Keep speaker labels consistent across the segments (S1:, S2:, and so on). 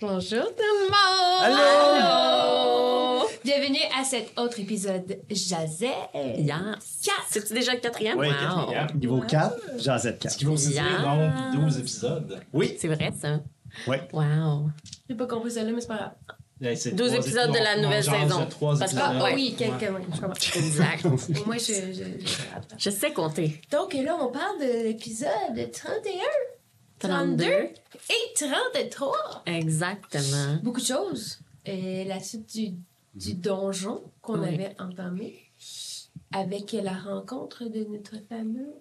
S1: Bonjour tout le monde!
S2: Allô!
S1: Allô! Bienvenue à cet autre épisode Jazet.
S3: Yes. C'est-tu déjà le quatrième?
S4: Oui,
S3: Wow.
S4: quatrième.
S2: Niveau 4, Jazette
S4: Ce
S2: 4.
S4: qui va aussi dire
S3: Yeah.
S4: donc 12 épisodes.
S2: Oui,
S3: C'est vrai, ça.
S2: ouais.
S3: Wow.
S1: J'ai pas compris celle-là, mais c'est pas grave.
S4: Hey, c'est
S3: 12
S4: trois
S3: épisodes de la
S4: on- on
S3: nouvelle
S4: jase
S3: saison.
S4: de trois
S3: Parce que-
S4: épisodes.
S1: Ah,
S3: Ouais.
S1: oui,
S4: Ouais.
S1: quelqu'un, oui, je comprends.
S3: Exact.
S1: Au moins, je. je- je-
S3: Je sais compter.
S1: Donc, là, on parle de l'épisode 31
S3: 32.
S1: et 33.
S3: Exactement.
S1: Beaucoup de choses. Et la suite du, du donjon qu'on
S3: Oui.
S1: avait entamé avec la rencontre de notre fameux.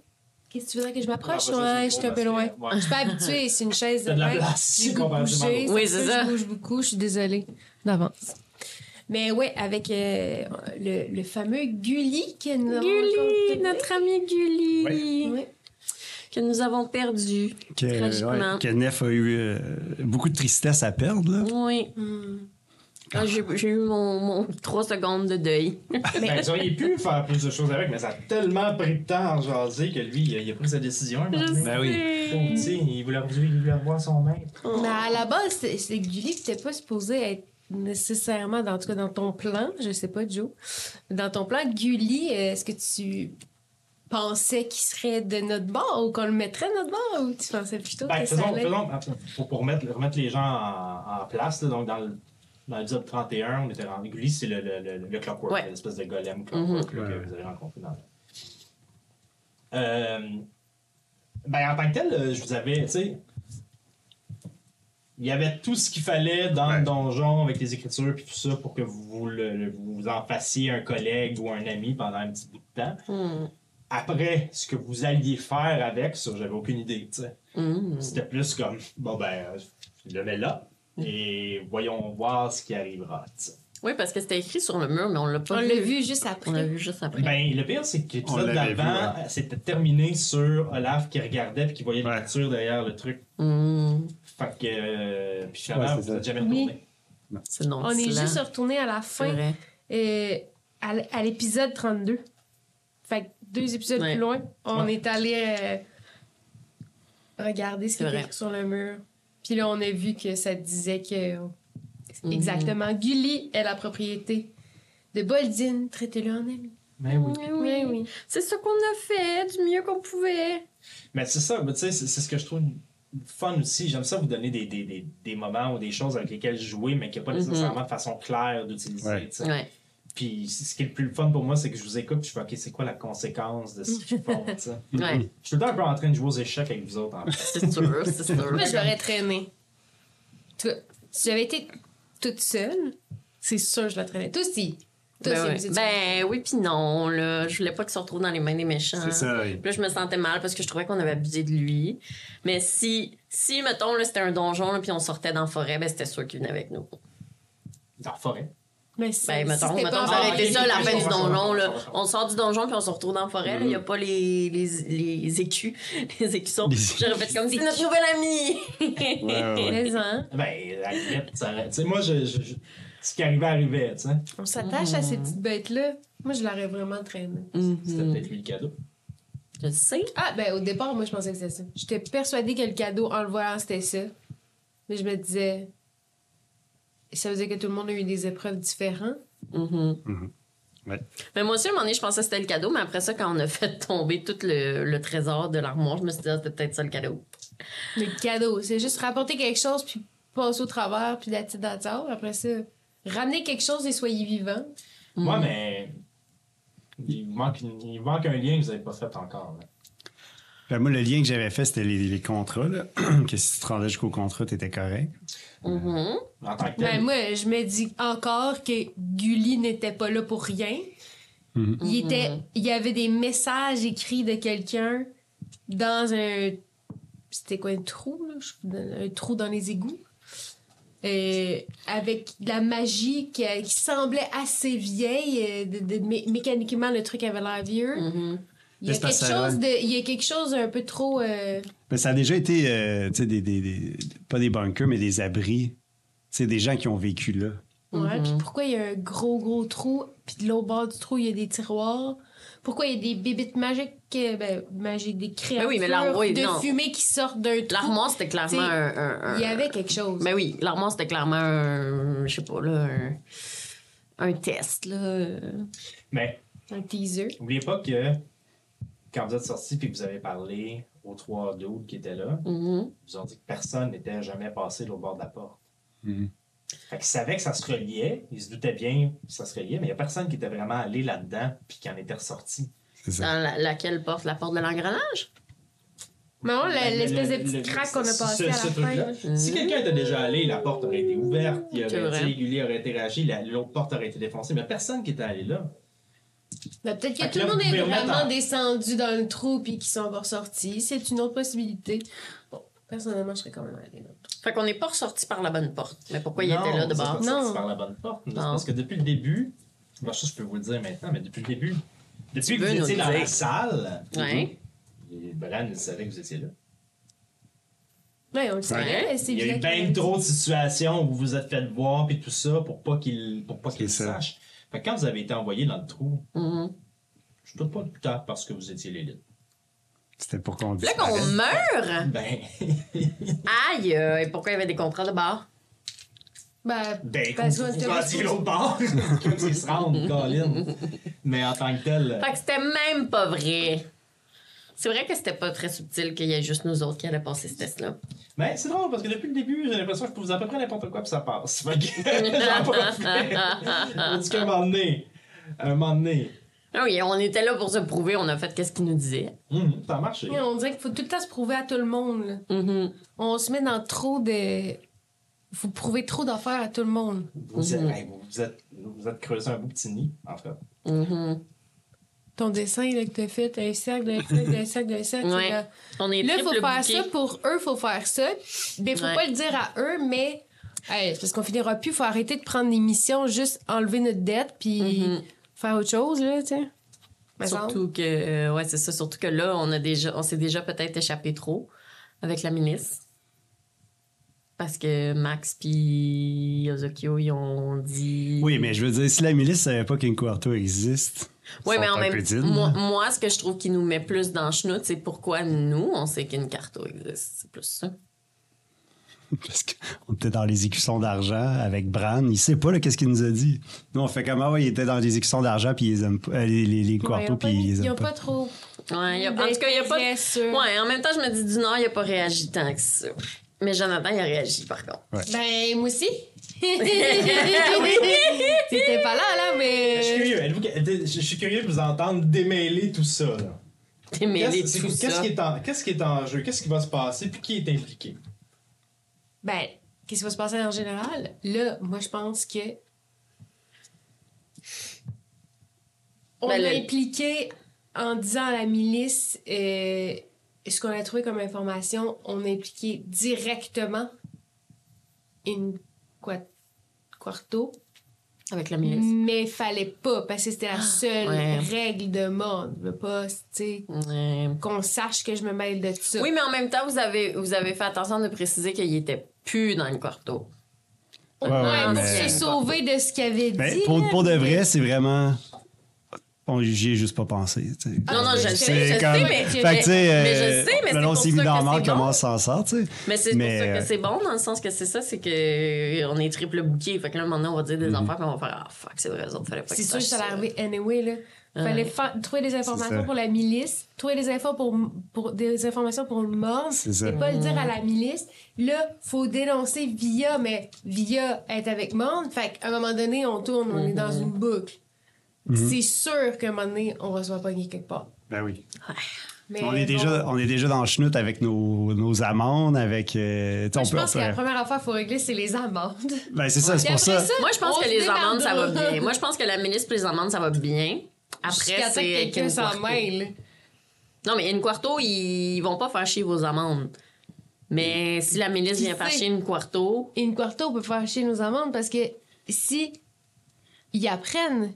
S1: Qu'est-ce que tu voudrais que je m'approche?
S4: Ouais, vas-y,
S1: Ouais, je suis un peu loin.
S4: Ouais.
S1: Je suis pas habituée, c'est une chaise
S4: T'as de la
S1: main.
S4: place,
S1: J'ai le goût de
S4: comparativement
S1: bouger,
S3: d'autres. Oui,
S1: se
S3: c'est
S1: peut que
S3: ça.
S1: Je bouge beaucoup, je suis désolée d'avance. Mais ouais, avec euh, le, le fameux Gulli que nous avons rencontré.
S3: Gulli, notre ami Gulli,
S1: Oui.
S3: que nous avons perdu.
S2: Que,
S3: Tragiquement.
S2: ouais, que Nef a eu euh, beaucoup de tristesse à perdre. Là.
S3: Oui.
S1: Hmm.
S3: Ah, J'ai j'ai eu mon, mon 3 secondes de deuil.
S4: Ben, vous auriez pu faire plus de choses avec, mais ça a tellement pris de temps à en jaser que lui, il a, il a pris sa décision. un moment donné.
S2: Ben oui.
S4: Oh, tu sais, il voulait revu- il voulait revoir son maître.
S3: Oh.
S1: Mais à la base, c'est c'est que Gulli qui n'était pas supposé être nécessairement, dans- en tout cas dans ton plan, je sais pas, Joe, dans ton plan, Gulli, euh, est-ce que tu pensais qu'il serait de notre bord ou qu'on le mettrait de notre bord ou tu pensais plutôt
S4: Ben,
S1: que ça
S4: faisons,
S1: allait...
S4: faisons, pour, pour remettre, remettre les gens en, en place, là, donc dans le. Dans l'épisode 31, on était dans Gulli, c'est le, le, le, le clockwork,
S3: Ouais.
S4: l'espèce de golem clockwork là, que vous avez rencontré dans le- Euh, ben, en tant que tel, euh, je vous avais, tu sais, il y avait tout ce qu'il fallait dans
S2: Ouais.
S4: le donjon avec les écritures et tout ça pour que vous, le- le- vous en fassiez un collègue ou un ami pendant un petit bout de temps.
S3: Hmm.
S4: Après, ce que vous alliez faire avec, ça, j'avais aucune idée, tu sais.
S3: Hmm.
S4: C'était plus comme, bon ben, euh, je le mets là et voyons voir ce qui arrivera. tu sais.
S3: Oui, parce que c'était écrit sur le mur, mais on l'a
S1: On
S3: pas
S1: l'a vu juste après.
S3: On l'a vu juste après.
S4: Ben, le pire, c'est que
S2: On
S4: l'épisode
S2: l'avait vu,
S4: d'avant, c'était terminé sur Olaf qui regardait puis qui voyait
S2: Ouais.
S4: l'écriture derrière le truc.
S3: Hmm.
S4: Fait que, euh,
S2: Ouais,
S4: puis finalement,
S2: c'est
S4: vous
S2: ça.
S4: n'êtes jamais
S1: Oui.
S4: retourné.
S3: C'est non
S1: On est juste retourné à la fin
S3: vrai.
S1: euh, à l- à l'épisode 32. Fait que deux épisodes
S3: Ouais.
S1: plus loin, on
S4: Ouais.
S1: est allé euh, regarder ce qui
S3: C'est
S1: était
S3: vrai.
S1: écrit sur le mur. Puis là, on a vu que ça disait que.
S3: Mhm.
S1: Exactement. Gulli est la propriété de Boldin. Traitez-le en ami.
S4: Mais Ben oui.
S1: Oui, oui.
S3: C'est ce qu'on a fait du mieux qu'on pouvait.
S4: Mais c'est ça, mais tu sais, c'est c'est ce que je trouve fun aussi. J'aime ça vous donner des, des, des, des moments ou des choses avec lesquelles jouer, mais qu'il n'y a pas
S3: Mhm.
S4: nécessairement de façon claire d'utiliser.
S2: Ouais.
S4: tu sais.
S3: Ouais.
S4: Puis c- ce qui est le plus fun pour moi, c'est que je vous écoute, puis je fais OK, c'est quoi la conséquence de ce qu'ils font, tu sais.
S3: Ouais.
S4: Je suis tout le temps un peu en train de jouer aux échecs avec vous autres, en fait.
S3: C'est sûr, c'est sûr.
S1: Moi, je l'aurais traîné. Tu vois, Si j'avais été toute seule, c'est sûr que je la traînais. Toi aussi. Toi
S3: ben,
S1: aussi,
S3: ouais.
S1: vous étiez-
S3: Ben oui, puis non, là. Je voulais pas qu'il se retrouve dans les mains des méchants.
S2: C'est ça. oui.
S3: Puis là, je me sentais mal parce que je trouvais qu'on avait abusé de lui. Mais si, si mettons, là, c'était un donjon, là, puis on sortait dans la forêt, ben c'était sûr qu'il venait avec nous.
S4: Dans la forêt.
S1: Mais si-
S3: Ben,
S1: si
S3: mettons,
S1: c'était
S3: mettons,
S1: pas
S3: ça
S1: en
S3: aurait
S1: Valais,
S3: été ça, la
S1: j'étais
S3: fin
S1: pas
S3: du
S1: en Valais.
S3: donjon, là. On sort du donjon, puis on se retrouve dans la forêt, là.
S1: Mm.
S3: Il y a pas les, les, les écus, les écussons.
S2: Les-
S3: J'aurais fait comme, c'est
S1: Les
S3: notre
S1: écus.
S3: nouvel ami!
S2: Ouais, ouais, ouais.
S1: Mais, hein,
S4: Ben, la grippe, ça aurait- Tu sais, moi, je, je- je- ce qui arrivait, arrivait, tu sais.
S1: on s'attache à ces
S3: Mm.
S1: petites bêtes-là. Moi, je l'aurais vraiment traîné.
S4: C'était
S1: Mm.
S3: Mhm.
S4: peut-être lui le cadeau.
S3: Je sais.
S1: Ah, ben, au départ, moi, je pensais que c'était ça. J'étais persuadée que le cadeau, en le voyant, c'était ça. Mais je me disais. Ça veut dire que tout le monde a eu des épreuves différentes.
S3: Mhm.
S2: Mhm. Ouais.
S3: Mais moi aussi, à un moment donné, je pensais que c'était le cadeau, mais après ça, quand on a fait tomber tout le, le trésor de l'armoire, je me suis dit, ah, c'était peut-être ça le cadeau.
S1: Mais le cadeau, c'est juste rapporter quelque chose, puis passer au travers, puis that's it, that's all. Après ça, ramener quelque chose et soyez vivant.
S4: Moi,
S1: Mm.
S3: Mhm.
S4: mais. Il vous manque, une- il vous manque un lien que vous n'avez pas fait encore. là.
S2: Ben, moi, le lien que j'avais fait, c'était les, les contrats. Là. que si tu te rendais jusqu'au contrat, t'étais correct.
S3: Mhm.
S4: En tant que tel.
S1: Ben, moi, je me dis encore que Gulli n'était pas là pour rien.
S2: Mhm.
S1: Il était,
S3: Mhm.
S1: il y avait des messages écrits de quelqu'un dans un, c'était quoi un trou là, Je- dans- un trou dans les égouts, Euh, avec de la magie qui, qui semblait assez vieille, euh, de- de- mé- mécaniquement le truc avait l'air vieux.
S3: Mhm.
S1: Il y a
S2: C'est parce
S1: quelque
S2: que ça-
S1: chose de, il y a quelque chose un peu trop. euh,
S2: Mais Ben, ça a déjà été, euh, tu sais, des, des- des- pas des bunkers, mais des abris. C'est des gens qui ont vécu là.
S1: ouais.
S3: Mhm.
S1: Puis pourquoi il y a un gros gros trou, puis de l'autre bord du trou il y a des tiroirs. Pourquoi il y a des bébites magiques, euh, ben, magiques, des créatures
S3: oui, mais l'armoire,
S1: de
S3: non.
S1: fumée qui sortent d'un trou?
S3: L'armoire, c'était clairement
S1: T'sais,
S3: un, un- un-
S1: Il y avait quelque chose.
S3: Ben oui, l'armoire, c'était clairement un. Je sais pas, là, un. Un test, là.
S4: Mais
S1: Un teaser.
S4: n'oubliez pas que quand vous êtes sortis puis que vous avez parlé aux trois dudes qui étaient là,
S3: Mhm.
S4: ils vous ont dit que personne n'était jamais passé de l'autre bord de la porte.
S2: Mhm.
S4: Fait qu'ils savaient que ça se reliait, ils se doutaient bien que ça se reliait, mais il n'y a personne qui était vraiment allé là-dedans puis qui en était ressorti.
S2: C'est ça.
S3: Dans la- laquelle porte La porte de l'engrenage?
S1: Mais non, la-
S4: Le-
S1: l'espèce de
S4: le- le-
S1: petit crack qu'on a
S4: ce-
S1: passé à la
S4: ce- ce
S1: fin.
S4: truc-là. Si quelqu'un était déjà allé, la porte aurait été ouverte, il
S3: Mmh. C'est
S4: aurait
S3: vrai.
S4: été régulier, aurait été réagi, la- l'autre porte aurait été défoncée, mais personne qui était allé là.
S1: Ben, Peut-être que
S4: Fait que
S1: tout
S4: là,
S1: le monde
S4: vous
S1: est
S4: pouvez remettre
S1: vraiment
S4: en-
S1: descendu dans le trou puis qu'ils sont ressortis. C'est une autre possibilité. Bon, personnellement, je serais quand même allée là.
S3: Fait qu'on n'est pas ressorti par la bonne porte. Mais pourquoi il
S4: Non,
S3: était là de
S4: c'est
S3: bord?
S4: pas ça,
S1: Non.
S4: c'est par la bonne porte.
S3: Non.
S4: Parce que depuis le début, bon, ça je peux vous le dire maintenant, mais depuis le début, depuis que
S3: veux
S4: vous
S3: nous
S4: étiez
S3: le
S4: dans la
S3: dire.
S4: salle,
S3: Ouais.
S4: et Bran, il savait que vous étiez là.
S1: Ouais, Ben, on le
S3: Ouais.
S1: savait. mais c'est
S4: Il y a eu
S1: Villa qui
S4: bien
S1: l'avait
S4: trop de situations où vous vous êtes fait voir puis tout ça pour pas qu'il pour pas qu'il
S2: C'est ça.
S4: sache. Fait que quand vous avez été envoyé dans le trou,
S3: Mhm.
S4: je doute pas tout à parce que vous étiez l'élite.
S2: C'était pour qu'on
S3: Là qu'on
S2: disparaisse.
S3: meurt!
S4: Ben,
S3: Aïe! euh, Et pourquoi il y avait des contrats de bord?
S1: Ben,
S4: ben,
S1: Parce
S4: vous
S1: que
S4: vous
S1: c'était-
S4: rendiez l'autre bord, comme ils se rendent, Colin. Mais en tant que tel, euh,
S3: Fait que c'était même pas vrai. C'est vrai que c'était pas très subtil qu'il y ait juste nous autres qui allaient passer ce test-là.
S4: ben, c'est drôle parce que depuis le début, j'ai l'impression que je peux vous à peu près n'importe quoi puis ça passe. Fait que j'en
S3: Ah
S4: profite. Tandis qu'à un moment donné, à un moment donné,
S3: Ah Oui, on était là pour se prouver, on a fait qu'est-ce qu'il nous disait.
S4: hum, ça a marché.
S1: Ouais, On dirait qu'il faut tout le temps se prouver à tout le monde. là.
S3: Mhm.
S1: On se met dans trop de. Faut prouver trop d'affaires à tout le monde.
S4: Vous êtes, hey, vous, vous êtes, vous êtes creusé un bout petit nid, en fait. Mm-hmm.
S3: Mhm.
S1: Ton dessin là, que t'as fait, un cercle, un cercle, un cercle, un cercle.
S3: Ouais.
S1: c'est là.
S3: On est
S1: Là,
S3: triple
S1: faut faire
S3: bouqués.
S1: ça pour eux, faut faire ça. Mais faut
S3: Ouais.
S1: pas le dire à eux, mais hey, c'est parce qu'on finira plus, faut arrêter de prendre des missions, juste enlever notre dette puis
S4: Mm-hmm.
S3: Mhm.
S1: faire autre chose, là, tu sais. Me semble.
S3: Surtout que, euh, ouais, c'est ça. Surtout que là, on, a déjà, on s'est déjà peut-être échappé trop avec la ministre. Parce que Max puis Ozokyo, ils ont dit.
S2: Oui, mais je veux dire, si la milice savait pas qu'Inquarto existe,
S3: Ouais,
S2: ils
S3: mais
S2: sont
S3: en
S2: un
S3: même
S2: peu dignes,
S3: moi,
S2: là.
S3: moi, ce que je trouve qui nous met plus dans le chenoute, c'est pourquoi nous, on sait qu'une carte existe. C'est plus ça.
S2: Parce qu'on était dans les écussons d'argent avec Bran. Il sait pas là, qu'est-ce qu'il nous a dit. Nous, on fait comme Ah ouais, il était dans les écussons d'argent, puis ils aiment pas. euh, les, les,
S1: Ouais,
S2: les
S1: ils
S2: quartos,
S1: ont pas,
S2: puis ils les
S1: ils ont
S2: aiment
S1: pas
S2: pas.
S1: trop.
S3: Ouais, y a- en
S1: Ben,
S3: tout cas, il n'y a pas de
S1: d'intérêt sur-
S3: Ouais, en même temps, je me dis du Nord, il a pas réagi tant que ça. Mais Jonathan, il a réagi, par contre.
S1: Ben, moi aussi. T'étais pas là, là,
S4: Je suis
S1: mais.
S4: curieux, êtes-vous- êtes- je suis curieux de vous entendre démêler tout ça. là.
S3: T'es mêlé
S4: Qu'est-ce-
S3: de tout
S4: qu'est-ce
S3: ça.
S4: qui est en- Qu'est-ce qui est en jeu? Qu'est-ce qui va se passer? Puis qui est impliqué?
S1: Ben, qu'est-ce qui va se passer en général? Là, moi, je pense que. On
S3: Ben,
S1: a
S3: le-
S1: impliqué en disant à la milice euh, ce qu'on a trouvé comme information, on a impliqué directement une qua- quarto,
S3: Avec la milice. Ah,
S1: mais fallait pas parce que c'était la seule
S3: ouais.
S1: règle de monde. Je veux pas, tu sais,
S3: Ouais.
S1: qu'on sache que je me mêle de ça.
S3: Oui, mais en même temps, vous avez, vous avez fait attention de préciser qu'il était plus dans le quarto.
S2: Ouais,
S1: Ouais,
S2: ouais,
S1: pour
S2: mais-
S1: se sauver de ce qu'il avait
S2: Mais
S1: dit.
S2: Ben, pour,
S1: là,
S2: pour de
S1: mais-
S2: vrai, c'est vraiment. on- J'y ai juste pas pensé. tu sais.
S3: Non, non, je
S1: c'est
S3: le sais, je
S2: comme-
S3: sais, mais...
S2: Fait que, tu sais,
S3: mais
S2: euh,
S3: je sais, mais c'est
S2: là, on
S3: pour
S2: s'est
S3: ça
S2: mis
S3: que
S2: dans la
S3: c'est
S2: mort
S3: bon.
S2: comment on s'en sort, tu sais.
S3: Mais c'est
S2: Mais,
S3: pour ça
S2: euh,
S3: que c'est bon, dans le sens que c'est ça, c'est que on est triple bouquet. Fait que là, maintenant, on va dire
S2: Mhm.
S3: des affaires, puis on va faire « Ah, fuck, c'est vrai, les autres, fallait pas
S1: C'est
S3: qu'ils
S1: sûr que ça
S3: sachent
S1: allait arriver anyway, là. Fallait fa- trouver des
S2: ça.
S1: informations pour la milice, trouver des, infos pour, pour, des informations pour le mort,
S2: C'est ça.
S1: et pas le dire à la milice. Là, faut dénoncer via, mais via être avec monde. Fait qu'à un moment donné, on tourne, on est dans
S2: Mm-hmm.
S1: une boucle. C'est sûr qu'à un moment donné, on va se faire pogner quelque part.
S2: Ben oui.
S1: Mais
S2: On est,
S1: bon.
S2: déjà, on est déjà dans le chenoute avec nos, nos amendes, avec. euh, tu
S1: Moi,
S3: Ben,
S2: sais, on
S1: je
S2: peut- on
S1: pense que la
S2: peut-
S1: première affaire qu'il faut régler, c'est les amendes.
S2: Ben, c'est ça, c'est
S1: Puis
S2: pour
S1: après
S2: ça.
S1: ça,
S3: Moi, je pense
S1: on
S3: que
S1: se
S3: les amendes, ça va
S1: démerdera.
S3: bien. Moi, je pense que la ministre pour les amendes, ça va bien. Après,
S1: Jusqu'à temps que
S3: c'est
S1: quelqu'un
S3: Ken
S1: s'en
S3: Quarto.
S1: mêle.
S3: Non, mais une quarto, ils vont pas faire chier vos amendes. Mais si la milice
S1: Qui
S3: vient faire
S1: sait?
S3: chier une quarto,
S1: Et une quarto peut faire chier nos amendes parce que si ils apprennent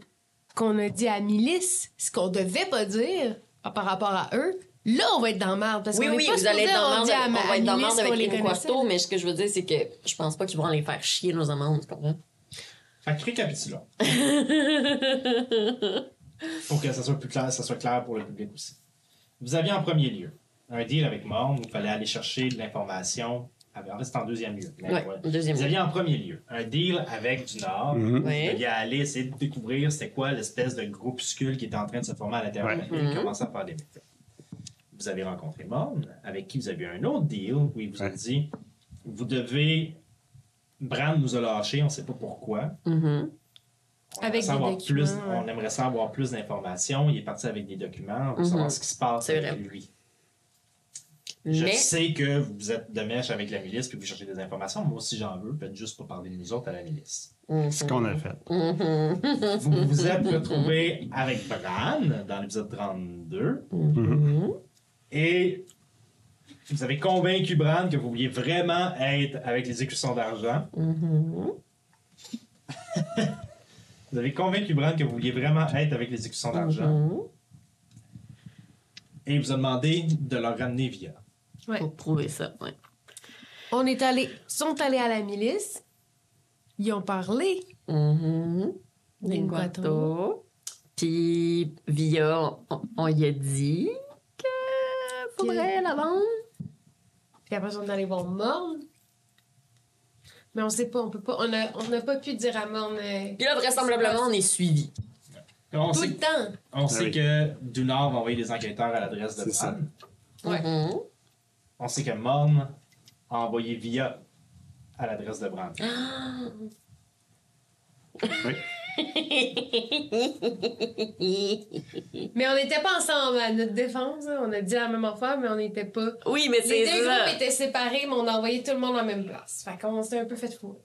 S1: qu'on a dit à milice ce qu'on devait pas dire ah, par rapport à eux, là on va être dans la merde parce
S3: oui,
S1: qu'on
S3: oui,
S1: est pas
S3: vous allez être
S1: supposé
S3: dans
S1: avoir
S3: merde,
S1: dit à ma-
S3: on
S1: à
S3: va être dans
S1: milice
S3: merde
S1: qu'on
S3: avec
S1: les
S3: une
S1: connaissait.
S3: quarto, mais ce que je veux dire, c'est que je pense pas qu'ils vont aller faire chier nos amendes, tu comprends?
S4: Fait que récapitulons. Pour que ça soit plus clair, ça soit clair pour le public aussi. Vous aviez en premier lieu un deal avec Morne, vous fallait aller chercher de l'information. En fait, c'est en deuxième lieu. Mais
S3: Ouais,
S4: voilà.
S3: deuxième.
S4: Vous aviez en premier lieu un deal avec du Nord.
S2: Mhm.
S3: Oui.
S4: Vous deviez aller essayer de découvrir c'était quoi l'espèce de groupuscule qui était en train de se former à l'intérieur de la ville
S3: Mhm.
S4: et commencer à faire des méfaits. Vous avez rencontré Morne, avec qui vous avez eu un autre deal où il vous a
S2: Ouais.
S4: dit vous devez. Bran nous a lâché, on ne sait pas pourquoi.
S3: Mhm.
S4: On aimerait
S1: Avec des
S4: savoir
S1: documents,
S4: plus-
S1: ouais.
S4: On aimerait savoir plus d'informations. Il est parti avec des documents. On veut
S3: Mhm.
S4: savoir ce qui se passe
S3: C'est
S4: avec
S3: vrai.
S4: lui. Je
S3: Mais
S4: sais que vous êtes de mèche avec la milice puis vous cherchez des informations. Moi aussi, j'en veux. Faites juste pas parler de nous autres à la milice.
S2: Ce qu'on a fait.
S3: Mhm.
S4: Vous vous êtes retrouvés avec Bran dans l'épisode 32
S3: Mhm.
S4: et vous avez convaincu Bran que vous vouliez vraiment être avec les écussons d'argent.
S3: Mhm.
S4: Vous avez convaincu Bran que vous vouliez vraiment être avec les écussons d'argent
S3: Mhm.
S4: et il vous a demandé de leur ramener Via.
S1: Ouais.
S3: Pour prouver ça, ouais.
S1: On est allés, sont allés à la milice. Ils ont parlé. Mm-hmm.
S3: Mhm.
S1: Linguato.
S3: Linguato. Puis, via, on, on y a dit que faudrait la vendre.
S1: Puis après, on est allé voir Morne. Mais on sait pas, on peut pas. On n'a on n'a pas pu dire à Morne euh,
S3: Puis là, vraisemblablement, on est suivi.
S4: On
S1: tout
S4: sait
S1: le temps.
S4: On sait
S2: Ah oui.
S4: que Dunard va envoyer des enquêteurs à l'adresse de
S2: C'est ça.
S4: Bran.
S1: Ouais.
S3: Mhm.
S4: On sait que Morn a envoyé Via à l'adresse de Bran.
S1: Mais on n'était pas ensemble à notre défense. hein. On a dit la même affaire, mais on n'était pas.
S3: oui, mais
S1: Les
S3: c'est
S1: deux
S3: ça.
S1: groupes étaient séparés, mais on a envoyé tout le monde en même place. Fait qu'on s'est un peu fait fou.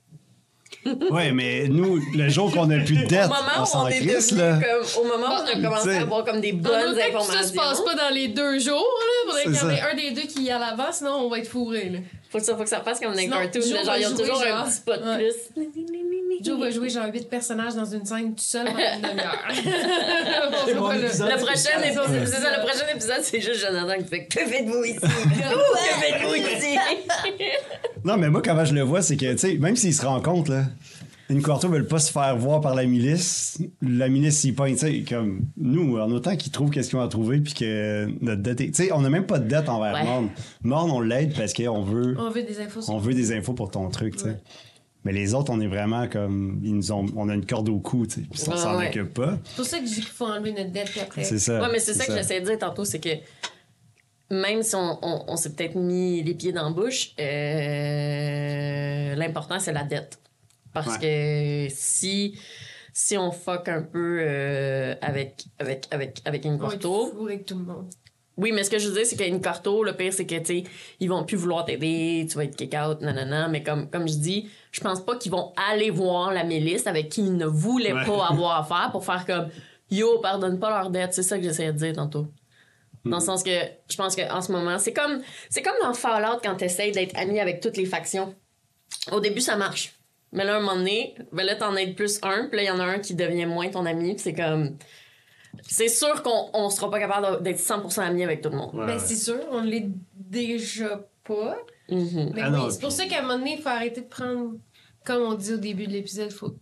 S2: Ouais, mais nous, le jour qu'on a plus de
S3: Au
S2: dette,
S3: moment
S2: on
S3: où on
S2: s'en
S3: est
S2: crisse,
S3: devenu
S2: là.
S3: comme- au moment où on a commencé
S2: T'sais.
S3: à avoir comme des
S1: En
S3: bonnes
S1: autant que ça se passe
S3: informations.
S1: pas dans les deux jours, là, faudrait qu'il y en
S2: C'est
S1: ait un des deux qui y a l'avant, sinon on va être fourré. Là.
S3: Faut que ça, faut que ça passe comme dans un
S1: Sinon,
S3: cartoon.
S1: Joe
S3: là, Genre,
S1: va
S3: ils ont
S1: jouer,
S3: toujours un
S1: genre.
S3: petit pas de
S1: Ouais.
S3: plus.
S1: Joe va jouer genre huit personnages dans une scène tout seul pendant une demi-heure. On
S4: C'est
S1: va
S4: mon
S1: pas le-
S4: épisode.
S3: Le prochain
S1: Ouais.
S3: épisode, c'est ça, le prochain épisode, c'est juste Jonathan qui fait Que faites-vous ici Que faites-vous ici
S2: Non, mais moi, comment je le vois, c'est que, tu sais, même s'ils se rencontrent, là, une quarto ne veulent pas se faire voir par la milice. La milice, ils pognent, tu sais, comme nous, en autant qu'ils trouvent qu'est-ce qu'ils ont à trouver, puis que notre dette est. Tu sais, on n'a même pas de dette envers
S3: Ouais. Oh.
S2: Morne. Morne, on l'aide parce qu'on veut,
S1: On veut des infos sur
S2: on veut des infos pour ton truc, tu sais.
S1: Ouais.
S2: Mais les autres, on est vraiment comme. Ils nous ont, on a une corde au cou, tu sais, puis on
S3: Ouais,
S2: s'en
S3: ouais.
S2: occupe pas.
S1: C'est pour ça que je dis qu'il faut enlever notre dette puis après.
S2: C'est ça.
S3: Ouais, mais c'est ça que j'essaie de dire tantôt, c'est que même si on, on- on s'est peut-être mis les pieds dans la bouche, euh, l'important, c'est la dette. Parce que si, si on fuck un peu euh, avec, avec, avec, avec une
S1: On va être fourré avec tout le monde.
S3: Oui, mais ce que je veux dire, c'est qu'une carto, le pire, c'est que, tu sais, ils vont plus vouloir t'aider, tu vas être kick-out, nanana. Mais comme, comme je dis, je pense pas qu'ils vont aller voir la milice avec qui ils ne voulaient
S2: Ouais.
S3: pas avoir affaire pour faire comme Yo, pardonne pas leur dette. C'est ça que j'essayais de dire tantôt. Dans le sens que je pense qu'en ce moment, c'est comme, c'est comme dans Fallout quand t'essayes d'être ami avec toutes les factions. Au début, ça marche. Mais là, un moment donné, ben là, t'en aides plus un, puis là, il y en a un qui devient moins ton ami, puis c'est comme. C'est sûr qu'on on sera pas capable d'être 100% ami avec tout le monde.
S1: Ben, c'est sûr, on l'est déjà pas.
S3: Mhm.
S1: Mais
S2: Ah
S1: oui,
S2: non,
S1: c'est pour
S2: puis-
S1: ça qu'à un moment donné, il faut arrêter de prendre, comme on dit au début de l'épisode, faut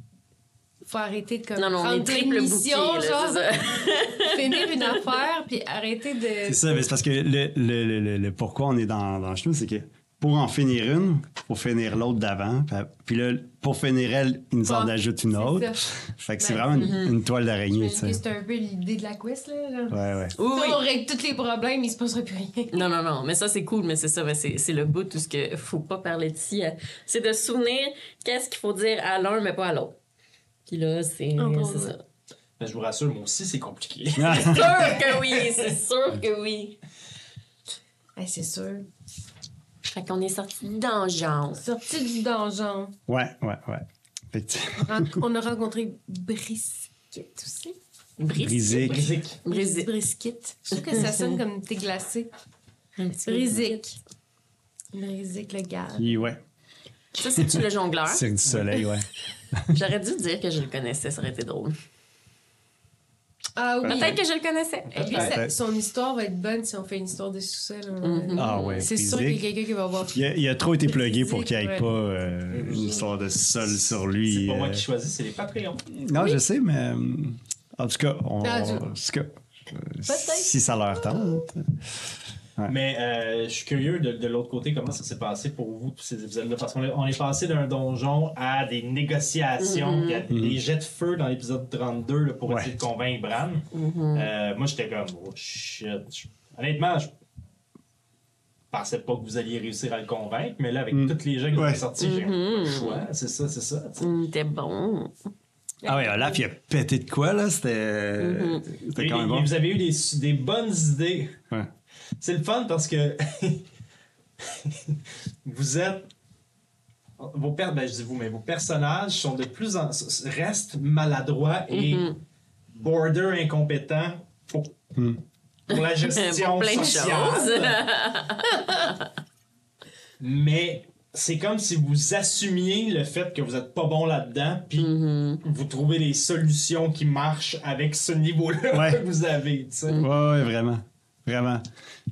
S1: faut arrêter de comme,
S3: Non, non, on
S1: prendre
S3: est triple
S1: des
S3: bouquet,
S1: missions,
S3: là,
S1: genre,
S3: c'est ça.
S1: finir une affaire, puis arrêter
S2: C'est
S1: de...
S2: ça, mais c'est parce que le, le- le- le- le pourquoi on est dans, dans le chemin, c'est que pour en finir une, pour finir l'autre d'avant, puis- puis là, pour finir elle, ils nous en
S1: Bon,
S2: ajoutent une
S1: Ah, c'est
S2: autre.
S1: ça.
S2: Fait que c'est
S1: Ben,
S2: vraiment une, une toile d'araignée, tu
S1: J'imagine que
S2: sais.
S1: c'est un peu l'idée de la quest, là. genre.
S2: Ouais, ouais.
S3: Oui,
S1: Si
S3: oui.
S1: on règle tous les problèmes, il se passera plus rien.
S3: Non, non, non, mais ça c'est cool, mais c'est ça, mais c'est c'est le bout tout ce que faut pas parler de ci. euh, C'est de se souvenir qu'est-ce qu'il faut dire à l'un, mais pas à l'autre. Puis là, c'est
S1: Ah, bon,
S3: c'est
S1: ouais.
S3: ça.
S4: Mais Ben, je vous rassure, moi aussi, c'est compliqué.
S3: Sûr que oui, c'est sûr que oui.
S1: Ah, c'est sûr.
S3: Fait qu'on est sorti d'engeance.
S1: Sorti du donjon,
S2: ouais, ouais, ouais. Fait que, tu-
S1: ren- on a rencontré Brisket aussi.
S2: Brisé.
S4: Brisik.
S3: Brisé.
S1: Brisket. Je trouve que ça sonne comme t'es glacé. Brizik. Brizik, le gars.
S2: Puis, ouais.
S3: Ça, c'est-tu le
S1: Hein?
S3: jongleur?
S2: Cirque du soleil, ouais.
S3: J'aurais dû dire que je le connaissais, ça aurait été drôle.
S1: Ah oui.
S3: Peut-être que je le connaissais.
S1: Lui, sa-
S4: Peut-être.
S1: son histoire va être bonne si on fait une histoire de sous-sol. hein.
S3: Mhm.
S2: Ah ouais.
S1: C'est sûr qu'il y a
S2: Brisé.
S1: quelqu'un qui va voir.
S2: Il a, il a trop été plugué pour qu'il n'y ait
S1: Ouais.
S2: pas euh, une histoire de sol sur lui.
S4: C'est pas moi
S2: euh.
S4: qui choisis, c'est les Patreons.
S2: Non, je sais, mais euh, En tout cas, on,
S1: Ah, du-
S2: en tout cas, euh,
S1: Peut-être.
S2: si ça leur tente.
S4: Mais euh, je suis curieux de, de l'autre côté, comment ça s'est passé pour vous, tous ces épisodes-là? Parce qu'on est, on est passé d'un donjon à des négociations, puis à des, des jets de feu dans l'épisode 32 là, pour
S2: Mm-hmm. Ouais.
S4: essayer de convaincre Bran. Euh, moi, j'étais comme, oh shit. Je- Honnêtement, je pensais pas que vous alliez réussir à le convaincre, mais là, avec
S2: Mm.
S4: toutes les gens qui
S2: Ouais.
S4: sont sortis, j'ai pas le choix. C'est ça, c'est ça. tu sais.
S3: Hum, T'es bon.
S2: Ah ouais, Olaf, il a pété de quoi, là? C'était c'était
S4: Et-
S2: quand même
S4: et
S2: bon.
S4: Vous avez eu des, su- des bonnes idées.
S2: Ouais.
S4: C'est le fun parce que vous êtes. Vos, per- ben, je dis vous, mais vos personnages sont de plus en restent maladroits et
S3: Mm-hmm.
S4: border incompétents pour,
S2: Mhm.
S4: pour la gestion
S3: Mm. Pour plein de
S4: sociale.
S3: choses.
S4: Mais c'est comme si vous assumiez le fait que vous n'êtes pas bon là-dedans, puis
S3: Mm-hmm.
S4: vous trouvez des solutions qui marchent avec ce niveau-là
S2: Ouais.
S4: que vous avez. tu sais.
S3: Mm.
S2: Ouais, ouais, vraiment. Vraiment.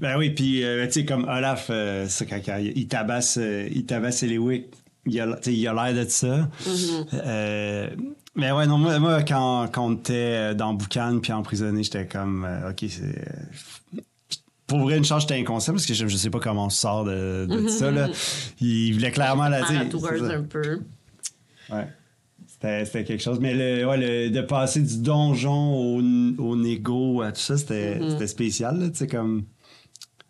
S2: Ben oui, puis, euh, tu sais, comme Olaf, euh, c'est quand quand il tabasse, euh, il tabasse Eliwick, il a tu sais, il a l'air de ça. Euh, mais ouais, non, moi, moi, quand, quand on était euh, dans Boucan puis emprisonné, j'étais comme, euh, OK, c'est. euh, Pour vrai, une chance, j'étais inconscient parce que je, je sais pas comment on sort de, de ça. Là. Il voulait clairement la dire.
S3: Paratoureuse un peu.
S2: Ouais. C'était, c'était quelque chose. Mais le, ouais, le- de passer du donjon au, au négo à tout ça, c'était, c'était spécial. là, tu sais, comme...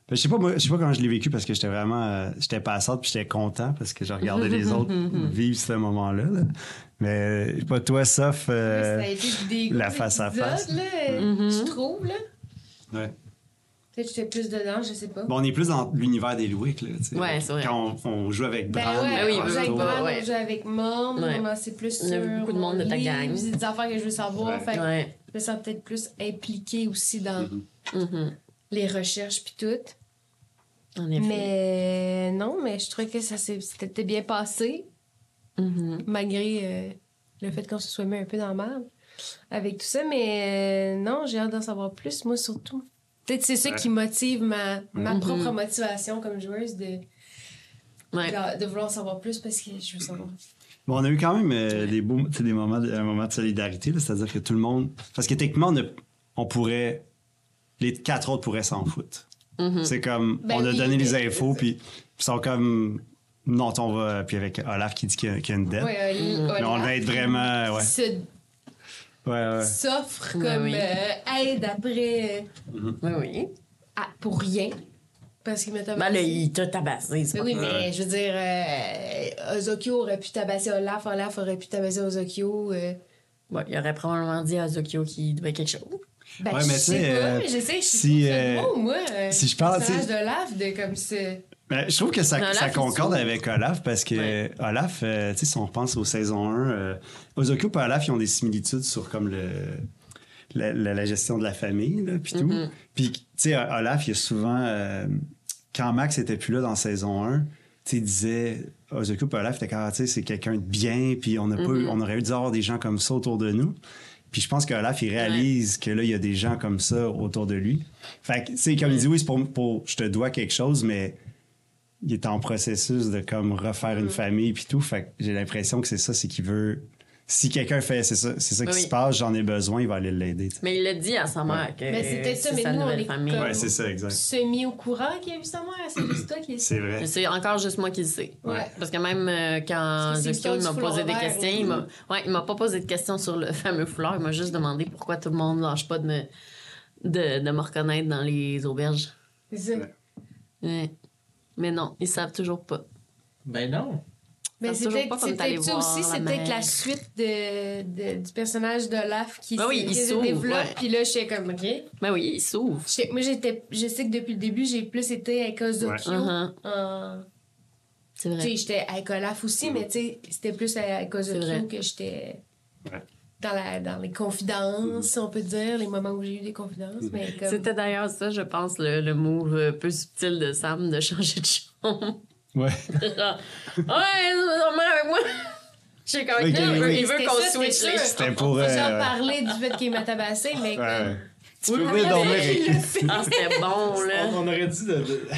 S2: Fait que Je sais pas, moi, je sais pas comment je l'ai vécu parce que j'étais vraiment. euh, j'étais passante puis j'étais content parce que je regardais les autres vivre ce moment-là. là. Mais euh, pas toi, sauf. euh,
S1: Ça a été des
S2: la
S1: gros
S2: face à face.
S1: épisodes, là,
S3: Mm-hmm.
S1: Je trouve, là.
S2: ouais.
S1: Peut-être que j'étais plus dedans, je sais pas.
S2: Bon, on est plus dans l'univers des Louis. Là, tu sais.
S3: Ouais, c'est vrai.
S2: Quand on, on joue avec Bran.
S1: Ben ouais,
S3: Ah oui,
S1: on
S3: oui,
S1: joue avec
S3: oui.
S1: Brand,
S3: Ouais.
S1: on joue avec Mom,
S3: Ouais.
S1: on en sait plus sur
S3: Il y a beaucoup de monde de ta
S1: mon
S3: gang.
S1: livre, C'est des affaires que je veux savoir,
S2: Ouais. Mm-hmm.
S1: fait que
S3: Ouais.
S1: je me sens peut-être plus impliquée aussi dans
S3: Mhm.
S1: les recherches puis tout.
S3: En effet.
S1: Mais non, mais je trouvais que ça s'est- c'était bien passé,
S3: Mhm.
S1: malgré euh, le fait qu'on se soit mis un peu dans la merde avec tout ça. Mais euh, non, j'ai hâte d'en savoir plus, moi surtout. Peut-être c'est ça
S2: Ouais.
S1: qui motive ma, ma
S3: Mhm.
S1: propre motivation comme joueuse de,
S3: Ouais.
S1: de, de vouloir savoir plus parce que je veux savoir.
S2: Bon, on a eu quand même euh, des beaux, tu sais, des moments, de, un moment de solidarité, là, c'est-à-dire que tout le monde, parce que techniquement, on, a- on pourrait, les quatre autres pourraient s'en foutre.
S3: Mhm.
S2: C'est comme,
S1: Ben
S2: on a
S1: oui,
S2: donné les
S1: mais-
S2: infos, puis ils sont comme, non, on va, puis avec Olaf qui dit qu'il y a- qu'il y a une dette,
S1: Ouais, Oli-
S2: mais
S1: Olaf,
S2: on va être vraiment, ouais,
S1: qui se-
S2: ouais, ouais.
S1: s'offre
S3: Ouais,
S1: comme
S3: oui.
S1: euh, aide après euh,
S3: Oui, oui.
S1: à- pour rien. Parce que mettons.
S3: Ben là, il t'a tabassé. c'est
S1: Mais Ben
S3: pas-
S1: oui,
S2: Ouais.
S1: mais je veux dire, euh, Ozokyo aurait pu tabasser Olaf, Olaf aurait pu tabasser Ozokyo. euh,
S3: Ouais, il aurait probablement dit à Zokyo qu'il devait quelque chose.
S1: ben,
S2: Ouais,
S1: je
S2: mais tu
S1: sais
S2: sais,
S1: pas,
S2: euh,
S1: mais j'essaie, je
S2: si,
S1: suis
S2: euh,
S1: moi. euh,
S2: si je parle,
S1: personnage
S2: tu
S1: d'Olaf, de comme ça.
S2: Ben, je trouve que ça,
S3: Olaf,
S2: ça
S3: il
S2: concorde
S3: s'ouvre.
S2: avec Olaf parce que
S3: Ouais.
S2: Olaf, euh, tu sais, si on repense aux saisons 1, euh, Ozokyo et Olaf, ils ont des similitudes sur comme le, la, la- la gestion de la famille, là, puis tout.
S3: Mm-hmm.
S2: Puis, tu sais, Olaf, il y a souvent, euh, quand Max était plus là dans saison 1, tu sais, il disait, Ozokyo et Olaf, t'es quand, ah, tu sais, c'est quelqu'un de bien, puis on, n'a pas
S3: Mm-hmm.
S2: eu- on aurait eu dû avoir des gens comme ça autour de nous. Puis je pense qu'Olaf, il réalise que là, il y a des gens comme ça autour de lui. Fait que, tu sais, comme il dit, oui, c'est pour, pour, je te dois quelque chose, mais il est en processus de comme refaire
S1: Mm.
S2: une famille puis tout. Fait que j'ai l'impression que c'est ça, c'est qu'il veut. Si quelqu'un fait, c'est ça, c'est ça qui
S3: Oui.
S2: se passe, j'en ai besoin, il va aller l'aider. tu sais.
S3: Mais il l'a dit à sa mère que
S1: Mais c'est peut-être Ben, ça,
S3: c'est
S1: mais
S3: sa
S1: nous, on
S3: nouvelle
S1: est
S3: famille.
S1: comme-
S2: Ouais, c'est ça, exact.
S1: Semi au courant qu'il y a eu sa mère, c'est juste toi qui
S2: C'est vrai.
S3: Mais c'est encore juste moi qui le sais.
S1: Ouais.
S3: Parce que même euh, quand
S1: Parce que c'est l'histoire
S3: Zokyo il m'a
S1: du foulard
S3: posé des
S1: vert,
S3: questions, il m'a ouais, il m'a pas posé de questions sur le fameux foulard. Il m'a juste demandé pourquoi tout le monde lâche pas de me, de, de me reconnaître dans les auberges.
S1: C'est ça.
S3: Ouais. Mais non, ils savent toujours pas.
S4: Ben non.
S1: Mais
S3: Ça me
S1: c'est
S3: toujours
S1: peut-être
S3: pas comme
S1: c'est
S3: t'allais
S1: peut-être ça
S3: voir
S1: aussi,
S3: la
S1: c'est peut-être la
S3: mère.
S1: suite de, de- du personnage d'Olaf qui
S3: Ah oui,
S1: se-
S3: il
S1: qui se
S3: s'ouvre,
S1: développe.
S3: ouais.
S1: Puis là, je suis comme, OK.
S3: Ben oui, ils s'ouvrent.
S1: Je sais- moi, j'étais, je sais que depuis le début, j'ai plus été avec Ozokyo.
S3: Uh-huh.
S1: en-
S3: C'est
S1: Tu sais,
S3: vrai.
S1: j'étais avec Olaf aussi, mais tu sais, c'était plus avec
S3: C'est
S1: Ozokyo
S3: vrai.
S1: que j'étais
S2: Ouais. Mm-hmm.
S1: dans, la, dans les confidences, si on peut dire, les moments où j'ai eu des confidences. Mais comme...
S3: C'était d'ailleurs ça, je pense, le, le move euh, peu subtil de Sam de changer de chambre.
S2: Ouais.
S3: Genre, ouais, dormir avec moi. Je sais quand même,
S2: Ok,
S3: il veut,
S2: oui.
S3: il veut
S1: C'était
S3: qu'on
S1: ça, c'était
S3: switch
S1: sûr.
S3: les
S2: C'était pour. euh,
S1: J'en
S2: ouais.
S1: parlais du fait qu'il m'a tabassé, mais comme...
S2: Ouais. Tu
S1: Oui,
S2: peux
S1: mais-
S2: venir dormir.
S1: Il
S2: avec-
S1: l'a fait.
S3: Ah, c'était bon, là.
S4: On, on aurait dit de- de...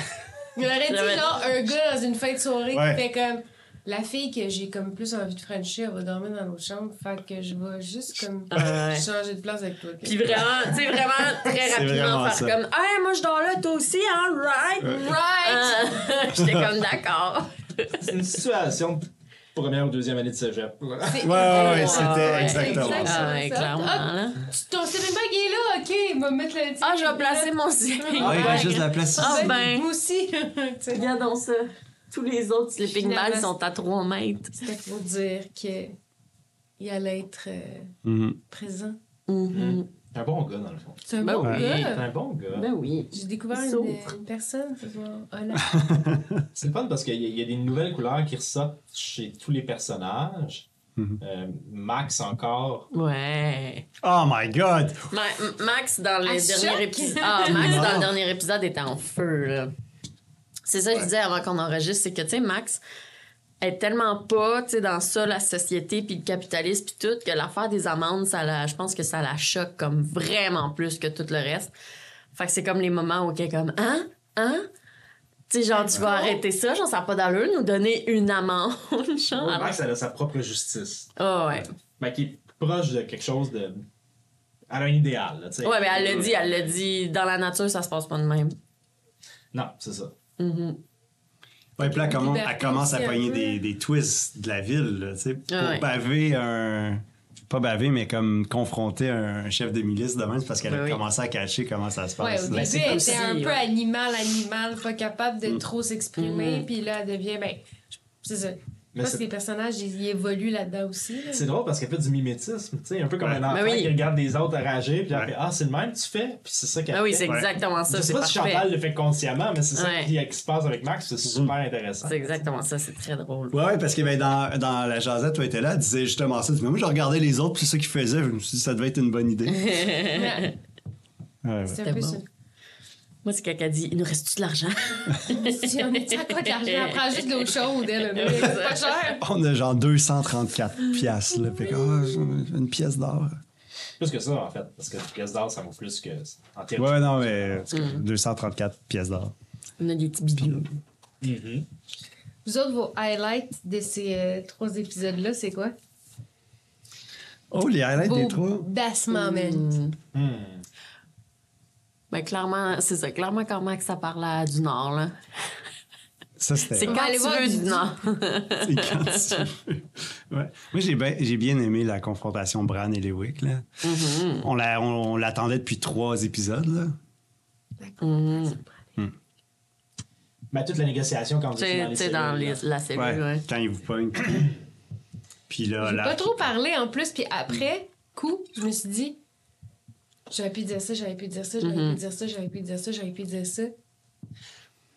S1: Il aurait dit
S3: J'avais-
S1: genre un gars dans une fin de soirée
S2: Ouais.
S1: qui fait comme La fille que j'ai comme plus envie de Frencher, elle va dormir dans l'autre chambre. Fait que je vais juste comme
S3: Ah ouais.
S1: changer de place avec toi. ok?
S3: Puis vraiment, tu sais, vraiment, très
S2: C'est
S3: rapidement,
S2: vraiment
S3: faire
S2: ça.
S3: comme, hey, moi je dors là, toi aussi, hein, right?
S1: Right!
S3: Ah, J'étais comme d'accord.
S4: C'est une situation de première ou deuxième année de cégep.
S1: C'est-
S2: Ouais, ouais, ouais,
S1: Ah,
S2: c'était
S3: ouais.
S2: exactement
S1: Exact.
S2: ça.
S3: Ah, ouais,
S1: ça.
S3: clairement.
S1: Ah.
S3: là.
S1: Tu- Ton cellule est là, ok? Il va mettre le.
S3: Ah, je vais placer mon signe.
S1: Ah,
S2: Ouais, il
S1: ouais.
S2: reste juste la place
S3: Ah,
S2: ici.
S1: Ben,
S3: ben.
S1: Moi aussi. Tu sais,
S3: Regardons ça. Tous les autres sleeping
S1: Finalement,
S3: bags sont à 3 mètres.
S1: C'était pour dire que il allait être euh,
S2: Mhm.
S1: présent. Mm-hmm.
S3: Mhm.
S4: T'es un bon gars, dans le fond.
S1: C'est un
S3: Ben
S1: bon
S3: oui.
S4: T'es
S1: gars.
S4: un bon gars.
S3: Ben oui.
S1: J'ai découvert
S3: Il
S1: une,
S3: s'ouvre.
S1: une personne. c'est bon. Oh là.
S4: C'est le fun parce qu'il y, a- il y a des nouvelles couleurs qui ressortent chez tous les personnages.
S2: Mhm.
S4: Euh, Max encore.
S3: Ouais.
S2: Oh my god!
S3: Ma- M- Max, dans le
S1: À choc?
S3: dernier épisode. Ah, Max,
S2: Non.
S3: dans le dernier épisode, était en feu, là. C'est ça que je disais avant qu'on enregistre, c'est que, tu sais, Max est tellement pas, tu sais, dans ça, la société, puis le capitalisme, puis tout, que l'affaire des amendes, ça la, je pense que ça la choque comme vraiment plus que tout le reste. Fait que c'est comme les moments où elle est comme, hein? Hein? Tu sais, genre, tu vas arrêter ça, genre, ça n'a pas d'allure, nous donner une amende, genre. alors-
S4: Max, elle a sa propre justice.
S3: Ah ouais.
S4: Mais qui est proche de quelque chose de. Elle a un idéal, là, tu sais.
S3: Ouais, mais elle l'a dit, elle l'a dit. Dans la nature, ça se passe pas de même.
S4: Non, c'est ça.
S3: Mhm.
S2: Ouais, puis là, elle commence- elle
S1: Liberté
S2: commence à
S1: aussi, un
S2: pogner
S1: peu.
S2: des, des twists de la ville, là, tu sais, pour
S3: Ah ouais.
S2: baver un... Pas baver, mais comme confronter un chef de milice demain, c'est parce qu'elle
S3: Ben
S2: a
S3: oui.
S2: commencé à cacher comment ça se
S1: Ouais,
S2: passe.
S1: au
S2: là.
S1: début,
S3: c'est
S1: elle
S3: aussi,
S1: était un peu
S3: ouais.
S1: animal, animal, pas capable de trop s'exprimer.
S3: Mm.
S1: Puis là, elle devient. Ben, je- c'est ça. Je
S4: Mais
S1: pense
S4: c'est-
S1: que les personnages, ils ils évoluent là-dedans aussi. là.
S4: C'est drôle parce qu'elle fait du mimétisme, tu sais, un peu comme
S2: Ouais.
S4: un enfant
S3: Ben oui.
S4: qui regarde les autres arrager, puis elle
S2: Ouais.
S4: fait Ah, c'est le même, que tu fais, puis c'est ça qu'elle
S3: Ah oui,
S4: fait.
S3: c'est
S2: Ouais.
S3: exactement
S4: Je
S3: ça.
S4: sais
S3: C'est
S4: pas si Chantal
S3: parfait.
S4: le fait consciemment, mais c'est
S3: Ouais.
S4: ça qui, qui se passe avec Max, c'est super intéressant.
S3: C'est exactement ça. C'est très drôle.
S2: Ouais, ouais, parce que ben, dans, dans la jasette, tu étais là, elle disait justement ça. Tu dis, moi, je regardais les autres, puis c'est ça qu'ils faisaient. Je me suis dit, ça devait être une bonne idée.
S1: Ouais,
S2: Ouais, ouais.
S1: C'est
S3: C'était
S1: un peu
S3: bon.
S1: ça.
S3: Moi, c'est quelqu'un qui a dit il nous reste-tu de l'argent
S1: Si on est à quoi de l'argent, elle prend juste de l'eau chaude, elle. là. C'est pas cher.
S2: On a genre 234 piastres, là. Fait que, ah, une pièce d'or.
S4: Plus que ça, en fait, parce que pièce d'or, ça vaut plus que. En théorie.
S2: Ouais, non, mais
S1: Mm.
S2: 234 pièces d'or.
S3: On a des petits bijoux.
S4: Mhm.
S1: Vous autres, vos highlights de ces euh, trois épisodes-là, c'est quoi?
S2: Oh, les highlights
S1: Vos
S2: des trois.
S1: best moments.
S3: Mm.
S4: Hmm.
S3: Ben, clairement, c'est ça. Clairement, quand Max, ça parle à du Nord, là.
S2: Ça, c'était.
S3: C'est
S1: On
S3: quand
S1: va aller
S3: tu
S1: voir
S3: veux
S1: du-
S3: du Nord.
S2: C'est quand tu veux. Ouais. Moi, j'ai bien, j'ai bien aimé la confrontation Bran et Lewick. Là.
S1: Mm-hmm.
S2: On la- On on l'attendait depuis trois épisodes. Là.
S3: Mhm.
S4: Mais toute la négociation quand
S3: Tu
S4: vous étiez
S3: sais,
S4: dans
S3: tu
S4: les.
S3: sais, dans
S4: cellules,
S3: les-
S4: là.
S3: la série, ouais.
S2: Quand ils vous pognent. Puis là,
S1: Ben J'ai
S2: la-
S1: pas trop parlé en plus, puis après, coup, je me suis dit, j'aurais pu dire ça, j'aurais pu dire ça, j'aurais
S3: Mhm.
S1: pu dire ça, j'aurais pu dire ça, j'aurais pu dire ça.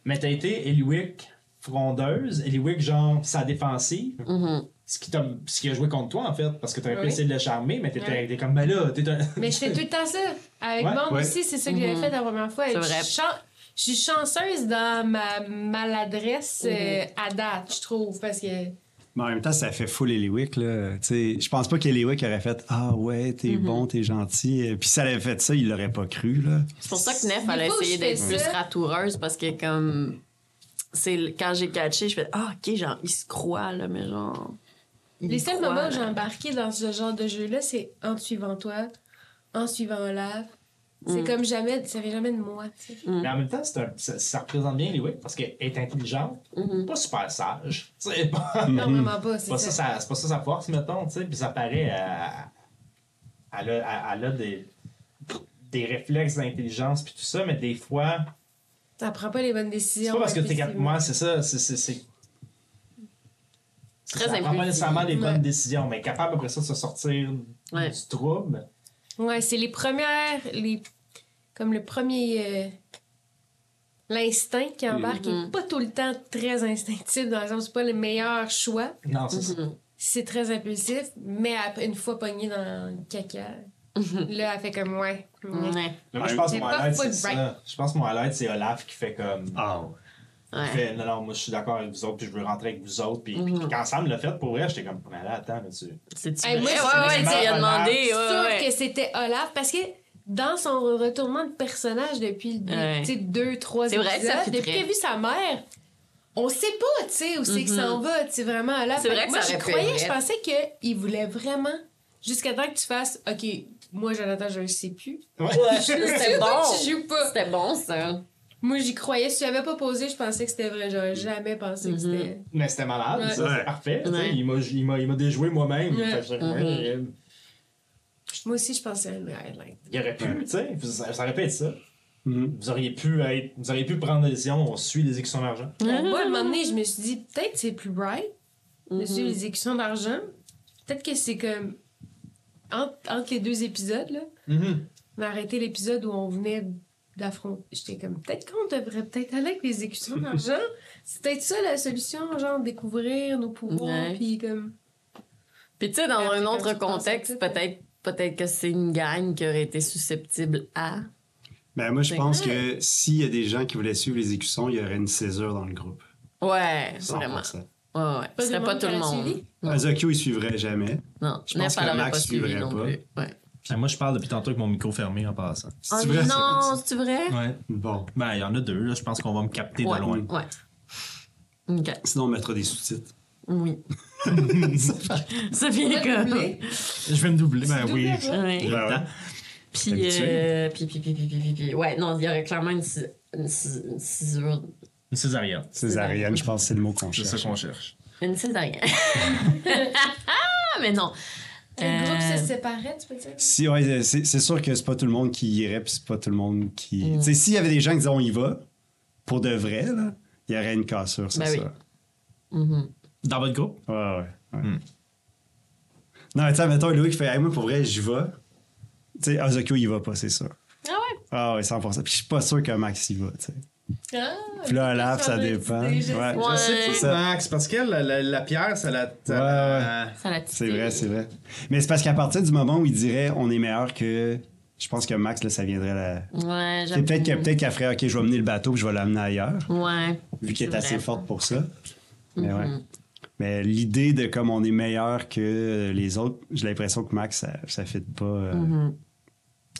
S4: Mais t'as été Eliwick frondeuse, Eliwick, genre, sa défensive,
S3: Mhm.
S4: ce qui, t'a- ce qui a joué contre toi, en fait, parce que t'aurais pu
S1: Oui.
S4: essayer de le charmer, mais t'étais
S1: Ouais.
S4: t'es comme, ben là, t'es un.
S1: Mais je fais tout le temps ça. Avec
S4: Ouais,
S1: Mom
S2: ouais.
S1: aussi, c'est ça que j'avais
S3: Mhm.
S1: fait la première fois.
S3: C'est
S1: Je
S3: vrai.
S1: suis chan- Je suis chanceuse dans ma maladresse euh,
S3: Mm-hmm.
S1: à date, je trouve, parce que...
S2: Mais en même temps, ça fait full Eliwick. là. Tu sais, Je pense pas qu'Eliwick aurait fait Ah ouais, t'es
S3: Mm-hmm.
S2: bon, t'es gentil. Euh, Puis si elle avait fait ça, il l'aurait pas cru. Là.
S3: C'est pour ça que Neff,
S1: Des
S3: elle a
S1: fois où
S3: essayé
S1: je fais
S3: d'être plus
S1: ça-
S3: ratoureuse parce que, comme. c'est le- Quand j'ai catché, je fais Ah, ok, genre, il se croit, là, mais genre. il
S1: Les hein. seuls
S3: croit,
S1: moments où j'ai
S3: là.
S1: embarqué dans ce genre de jeu-là, c'est en te suivant toi, en suivant Olaf. C'est
S3: Mm.
S1: comme jamais, ça vient jamais de moi. tu sais.
S4: Mais en même temps, c'est un- ça, ça représente bien Eliwick, parce qu'elle est intelligente,
S3: Mhm.
S4: pas super sage. tu sais, pas-
S1: Non, vraiment pas,
S4: C'est
S1: c'est
S4: pas
S1: ça.
S4: ça, sa- c'est pas ça sa force, mettons, tu sais, puis ça paraît. à- Elle, a, elle a des, des réflexes d'intelligence, puis tout ça, mais des fois.
S1: Ça prend pas les bonnes
S4: C'est
S1: décisions.
S4: pas parce que t'es capable.
S1: impulsivement.
S4: Moi, c'est ça. C'est. c'est- c'est-
S3: Très
S4: ça prend
S3: impulsif.
S4: pas nécessairement des
S1: Ouais.
S4: bonnes décisions, mais capable après ça de se sortir
S3: Ouais.
S4: du trouble.
S1: Ouais, c'est les premières. Les... Comme le premier. euh, L'instinct qui embarque
S3: Mhm.
S1: est pas tout le temps très instinctif, dans le sens où c'est pas le meilleur choix.
S4: Non, c'est ça.
S3: Mhm.
S1: C'est très impulsif, mais après, une fois pogné dans le caca, là, elle fait comme ouais. ouais.
S3: Mm-hmm. Ouais.
S4: Mais moi, je pense que
S1: J'ai
S4: mon
S1: pas
S4: highlight,
S1: full
S4: c'est ça.
S1: break.
S4: Je pense que mon highlight, c'est Olaf qui fait comme.
S2: Ah
S4: qui
S3: Ouais.
S4: fait, non, non, moi, je suis d'accord avec vous autres, puis je veux rentrer avec vous autres. Puis, puis
S3: Mhm.
S4: quand Sam l'a fait, pour vrai, j'étais comme, mais là, attends, mais tu.
S3: C'est-tu
S1: Hey,
S3: vrai?
S1: moi, je
S3: ouais,
S1: suis
S3: ouais,
S4: vraiment
S3: tu lui as
S4: malade.
S3: demandé. ouais,
S1: sûre
S3: ouais.
S1: que c'était Olaf parce que dans son retournement de personnage depuis le-
S3: Ouais.
S1: tu sais, deux, trois
S3: C'est
S1: épisodes,
S3: vrai que ça
S1: depuis
S3: fitrait.
S1: qu'il a vu sa mère, on sait pas, tu sais, où c'est que ça en va, tu sais, vraiment. Là,
S3: Mhm. C'est
S1: Fait
S3: vrai que
S1: moi,
S3: ça
S1: je
S3: aurait pu
S1: croyais,
S3: être.
S1: je pensais qu'il voulait vraiment, jusqu'à temps que tu fasses, OK, moi, Jonathan, je le sais plus.
S3: C'était
S1: Tu
S3: bon.
S1: joues pas.
S3: C'était bon, ça.
S1: Moi, j'y croyais. Si tu avais pas posé, je pensais que c'était vrai.
S3: Mm-hmm.
S1: J'aurais jamais pensé que
S3: Mhm.
S1: c'était.
S5: Mais c'était malade,
S1: Ouais.
S5: ça, c'est
S2: Ouais.
S5: parfait. tu sais,
S3: Ouais.
S5: Il m'a- il m'a il m'a déjoué moi-même.
S1: Ouais.
S5: Fait que j'ai-
S3: Mhm.
S5: ouais, euh,
S3: Mm-hmm.
S1: Moi aussi, je pensais à une highlight.
S5: Il aurait pu,
S2: Ouais.
S5: tu sais, ça, ça aurait pu être ça.
S2: Mhm.
S5: Vous auriez pu être, vous auriez pu prendre des décisions, on suit les exécutions d'argent.
S1: Moi, à un moment donné, je me suis dit, peut-être c'est plus bright,
S3: Mhm.
S1: de suivre les exécutions d'argent. Peut-être que c'est comme. Entre, entre les deux épisodes, là,
S5: Mm-hmm.
S1: on a arrêté l'épisode où on venait d'affronter. J'étais comme, peut-être qu'on devrait peut-être aller avec les exécutions d'argent. c'est peut-être ça la solution, genre découvrir nos pouvoirs,
S3: Ouais.
S1: puis comme.
S3: Puis tu sais, dans
S1: Après,
S3: un
S1: quand
S3: autre
S1: tu penses à
S3: contexte,
S1: ça,
S3: peut-être peut-être que c'est une gang qui aurait été susceptible à.
S2: Ben, moi, je pense que s'il y a des gens qui voulaient suivre les écussons, il y aurait une césure dans le groupe.
S3: Ouais,
S2: 100%.
S3: vraiment. Ouais, ouais.
S1: Pas
S3: Ce serait
S1: du
S3: pas
S1: monde
S3: tout
S1: qui
S3: le
S1: aurait
S3: monde.
S1: suivi?
S3: Non.
S2: Azokyo, il suivrait jamais.
S3: Non,
S2: Je
S3: Nef,
S2: pense
S3: elle
S2: que
S3: aurait
S2: Max
S3: pas suivi
S2: suivrait
S3: non
S2: pas.
S3: plus. Ouais.
S5: moi, je parle depuis tantôt avec mon micro fermé en passant.
S2: C'est
S1: Ah,
S3: Oh
S2: vrai,
S3: non,
S2: ça.
S3: c'est vrai?
S5: Ouais.
S2: Bon.
S5: Ben, il y en a deux, là. Je pense qu'on va me capter
S3: Ouais,
S5: de loin.
S3: Ouais. Ok,
S2: Sinon, on mettra des sous-titres.
S3: oui. Ça vient comme.
S1: Doublé.
S5: Je vais me doubler. Ben
S1: Tu
S5: oui.
S1: doubles, toi?
S3: Ouais.
S5: J'ai le
S2: Ben ouais.
S5: temps.
S3: Puis,
S2: Habitué.
S3: euh, puis, puis, puis, puis, puis, puis, puis, ouais, non, il y aurait clairement une, ci- une, ci- une cisure.
S5: Une césarienne.
S2: Césarienne, je pense que c'est le mot qu'on
S5: C'est ça
S2: cherche.
S5: qu'on cherche.
S3: Une césarienne. ah, mais non.
S1: Le groupe
S3: Euh,
S1: se séparait, tu peux dire?
S2: Si, ouais, c'est c'est sûr que c'est pas tout le monde qui y irait, puis c'est pas tout le monde qui.
S3: Mm.
S2: Tu sais, s'il y avait des gens qui disaient on y va, pour de vrai, là, il y aurait une cassure, c'est
S3: Ben oui.
S2: ça.
S3: Mhm.
S5: Dans votre groupe?
S2: Ouais, ouais. ouais.
S5: Hmm.
S2: Non, mais tu sais, mettons, Loïc fait, hey, moi, pour vrai, j'y vais. Tu sais, Azokyo, il va pas, c'est sûr.
S3: Ah ouais?
S2: Ah ouais, 100%. Puis je suis pas sûr que Max y va, tu sais.
S1: Ah,
S2: Puis là,
S1: ok,
S2: là,
S1: je
S2: ça
S1: savais,
S2: dépend.
S1: tu sais, je
S2: Ouais.
S1: sais.
S3: Ouais.
S6: Je sais pas,
S2: C'est ça.
S6: Max, parce que la, la- la pierre, ça la. ça la-
S3: Ça l'a titillé.
S2: C'est vrai, c'est vrai. Mais c'est parce qu'à partir du moment où il dirait on est meilleur que. Je pense que Max, là, ça viendrait la.
S3: Ouais,
S2: C'est
S3: j'aime
S2: peut-être que- peut-être qu'elle ferait OK, je vais mener le bateau puis je vais l'amener ailleurs,
S3: Ouais.
S2: vu qu'elle est
S3: C'est
S2: assez
S3: vrai.
S2: forte pour ça. Mais ouais.
S3: Mhm.
S2: Mais l'idée de comme on est meilleur que les autres, j'ai l'impression que Max, ça, ça fit pas. euh,
S3: Mhm.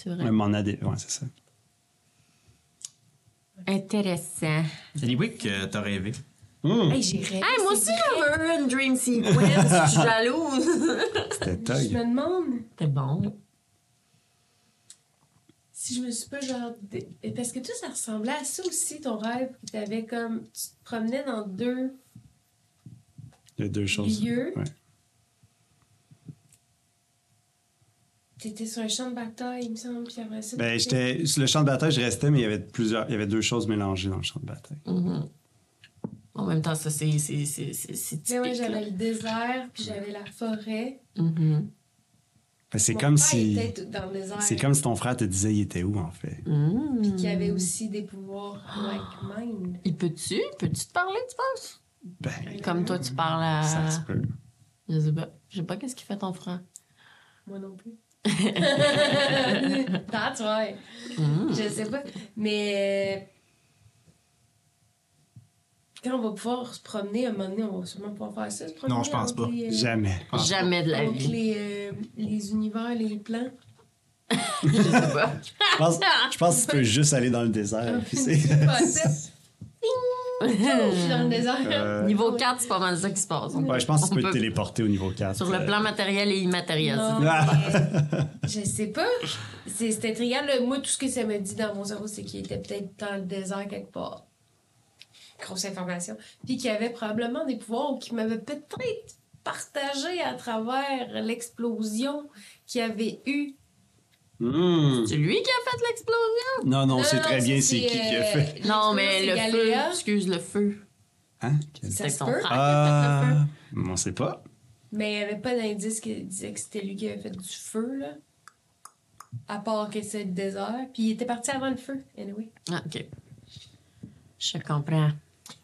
S3: C'est
S1: Mm-hmm.
S3: vrai.
S2: un mandat de- Ouais, c'est ça.
S3: Intéressant.
S5: Eliwick, euh, t'as rêvé.
S1: Hey, j'ai rêvé,
S3: Hey, moi
S1: c'est
S3: aussi, j'en veux une dream sequence. Je suis jalouse.
S2: C'était
S1: vrai. Je
S2: Tug.
S1: me demande
S3: C'était bon.
S1: si je me suis pas genre. dé- Et Parce que tout ça ressemblait à ça aussi, ton rêve. Tu avais comme. Tu te promenais dans deux
S2: Il y a deux choses.
S1: lieux.
S2: ouais.
S1: T'étais sur un champ de bataille, il me semble, puis après ça.
S2: Ben,
S1: t'étais-
S2: j'étais. Sur le champ de bataille, je restais, mais il y avait plusieurs. Il y avait deux choses mélangées dans le champ de bataille.
S3: Mhm. En même temps, ça, c'est c'est- c'est- c'est- c'est typique.
S1: Mais ouais,
S3: là.
S1: j'avais le désert, puis j'avais la forêt.
S3: Mhm.
S2: Ben, c'est
S1: Mon
S2: comme
S1: père
S2: si.
S1: était dans le désert.
S2: C'est comme si ton frère te disait il était où, en fait.
S3: Mhm.
S1: Puis qu'il y avait aussi des pouvoirs like mind.
S3: Il peut-tu? Peux-tu te parler, tu penses?
S2: Ben,
S3: Comme toi, tu parles
S1: Ah.
S3: à...
S2: ça se peut.
S3: Je sais pas. Je sais pas qu'est-ce qu'il fait ton frère.
S1: Moi non plus. That's right.
S3: Mhm.
S1: Je sais pas. Mais. euh, Quand on va pouvoir se promener, à un moment donné, on va sûrement pouvoir faire ça. se promener
S6: Non, je pense
S1: entre
S6: pas.
S1: les, euh,
S2: Jamais.
S3: Jamais de la
S1: entre
S3: vie.
S1: les, euh, les univers, les plans.
S3: Je sais pas.
S2: Je pense, je pense que tu peux juste aller dans le désert. puis c'est-
S1: Oh, C'est pas ça. Ding! Je suis dans le désert.
S2: Euh,
S3: Niveau 4, c'est pas mal ça qui se passe.
S2: Ouais, je pense que tu
S3: On
S2: peux te
S3: peut-
S2: téléporter au niveau euh, 4.
S3: Sur le plan matériel et immatériel.
S1: Non,
S3: c'est-
S2: Ah.
S1: mais je sais pas. C'est c'est intriguant. là. Moi, tout ce que ça me dit dans mon cerveau, c'est qu'il était peut-être dans le désert quelque part. Grosse information. Puis qu'il avait probablement des pouvoirs ou qu'il m'avait peut-être partagé à travers l'explosion qu'il avait eue.
S2: Hmm.
S3: C'est lui qui a fait l'explosion?
S2: Non, non, c'est
S1: Non,
S2: très
S1: ça,
S2: bien c'est qui qui a
S1: euh,
S2: fait.
S1: l'explosion,
S3: Non, mais
S1: c'est
S3: le
S1: Galéa.
S3: feu. Excuse, le feu.
S2: Hein?
S1: Ça
S3: C'est
S1: se
S3: son
S1: peut.
S3: frère qui a fait le feu.
S2: Ah, on sait pas.
S1: Mais il n'y avait pas d'indice qui disait que c'était lui qui avait fait du feu, là. À part que c'est le désert. Puis il était parti avant le feu, anyway.
S3: Ah, OK. Je comprends.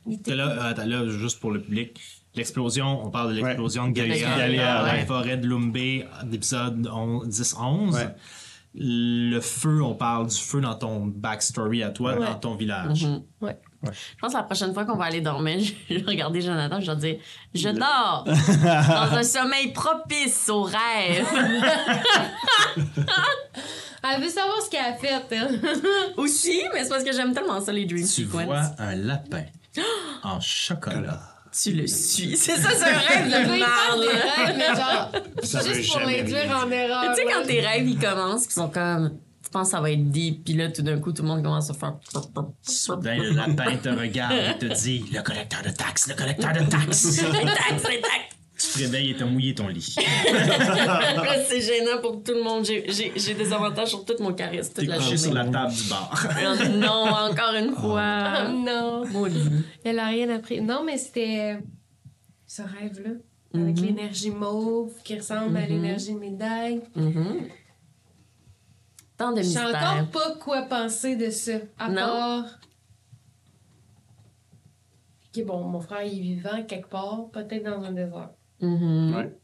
S1: Il
S6: T'es
S1: était...
S6: là, euh, t'es là, juste pour le public.
S5: L'explosion, on parle de l'explosion de Galéa,
S2: Galéa,
S5: dans la
S2: ouais.
S5: forêt de Lumbé, d'épisode 10-11.
S2: Ouais.
S5: Le feu, on parle du feu dans ton backstory à toi,
S1: Ouais.
S5: dans ton village.
S1: Ouais.
S3: Je pense que la prochaine fois qu'on va aller dormir, je vais regarder Jonathan, je vais dire Je dors dans un sommeil propice au rêve.
S1: Elle veut savoir ce qu'elle a fait, hein.
S3: Aussi, mais c'est parce que j'aime tellement ça, les dream
S5: Tu
S3: sequences.
S5: vois un lapin
S4: en chocolat.
S3: Tu le suis. C'est ça, c'est un rêve
S1: Il veut
S3: de
S1: y faire des
S3: marde.
S1: rêves, mais genre,
S2: Ça veut
S1: juste pour
S2: jamais
S1: l'induire
S2: rien
S1: en erreur.
S3: Tu sais, quand
S1: Ah ouais.
S3: tes rêves, ils commencent, puis ils sont comme. Tu penses que ça va être deep, puis là, tout d'un coup, tout le monde commence à faire.
S4: Soudain, Ben, le lapin te regarde et te dit Le collecteur de taxes, le collecteur de taxes.
S3: Les taxes, les taxes!
S4: tu te réveilles et t'as mouillé ton lit.
S3: Là, c'est gênant pour tout le monde. J'ai- J'ai j'ai des avantages sur tout mon charisme toute
S4: T'es
S3: la
S4: couché sur
S3: journée.
S4: la table du bar.
S3: Euh, Non, encore une
S1: Ah,
S3: fois.
S1: non.
S3: Maudit.
S1: Elle a rien appris. Non, mais c'était euh, ce rêve-là. Avec
S3: Mhm.
S1: l'énergie mauve qui ressemble à
S3: Mhm.
S1: l'énergie médaille.
S3: Mhm. Tant de
S1: Je sais
S3: mystères.
S1: encore pas quoi penser de ça. À
S3: Non.
S1: part. que bon, mon frère il est vivant quelque part, peut-être dans un désert.
S3: Mhm.
S2: Ouais.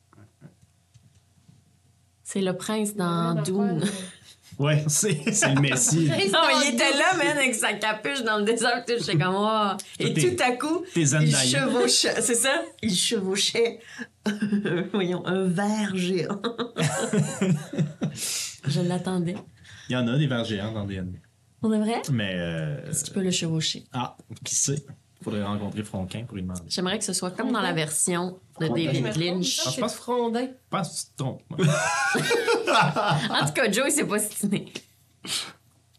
S3: C'est le prince dans
S1: Ouais,
S3: Dune.
S1: l'affaire,
S2: Ouais, c'est c'est le Messie.
S1: mais-
S3: Non, il était là, man, avec sa capuche dans le désert. tout, J'étais comme, wow. Et
S4: Tout est-
S3: tout à coup,
S4: T'es
S3: il
S4: Zendaya.
S3: chevauchait. C'est ça? Il chevauchait. euh, Voyons, un verre géant. Je l'attendais.
S4: Il y en a des vers géants dans DNB.
S3: On est vrai?
S4: Mais. euh,
S3: Si tu peux le chevaucher.
S4: Ah, qui sait Faudrait rencontrer Franquin pour lui demander.
S3: J'aimerais que ce soit comme dans la version de David Lynch.
S1: Je pense frondin.
S4: Je pense que tu te trompes. moi.
S3: En tout cas, Joe, il s'est pas stiné.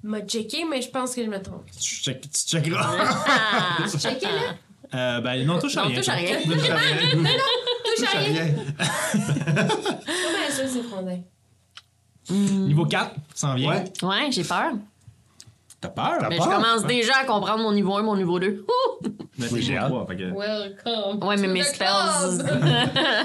S1: M'a checké, mais je pense que je me trompe.
S4: tu, check- tu checkeras.
S3: Ah!
S1: Checké là?
S4: Euh, ben, non, touche à
S3: Non,
S4: rien.
S3: touche à rien.
S4: Touche à rien.
S1: Touche à rien.
S2: rien.
S1: Comment ça, c'est frondin?
S4: Niveau 4, s'en vient.
S2: Ouais.
S3: Ouais, j'ai peur.
S4: T'as peur?
S2: T'as
S3: Mais
S2: Ah, peur?
S3: Ben, je commence déjà à comprendre mon niveau 1, mon niveau 2. Ouh!
S4: Mais
S2: Oui, j'ai
S4: Ben, niveau
S2: hâte.
S4: 3, fait que-
S1: Welcome.
S3: Ouais, mais
S1: to
S3: mes
S1: the
S3: spells.
S1: club.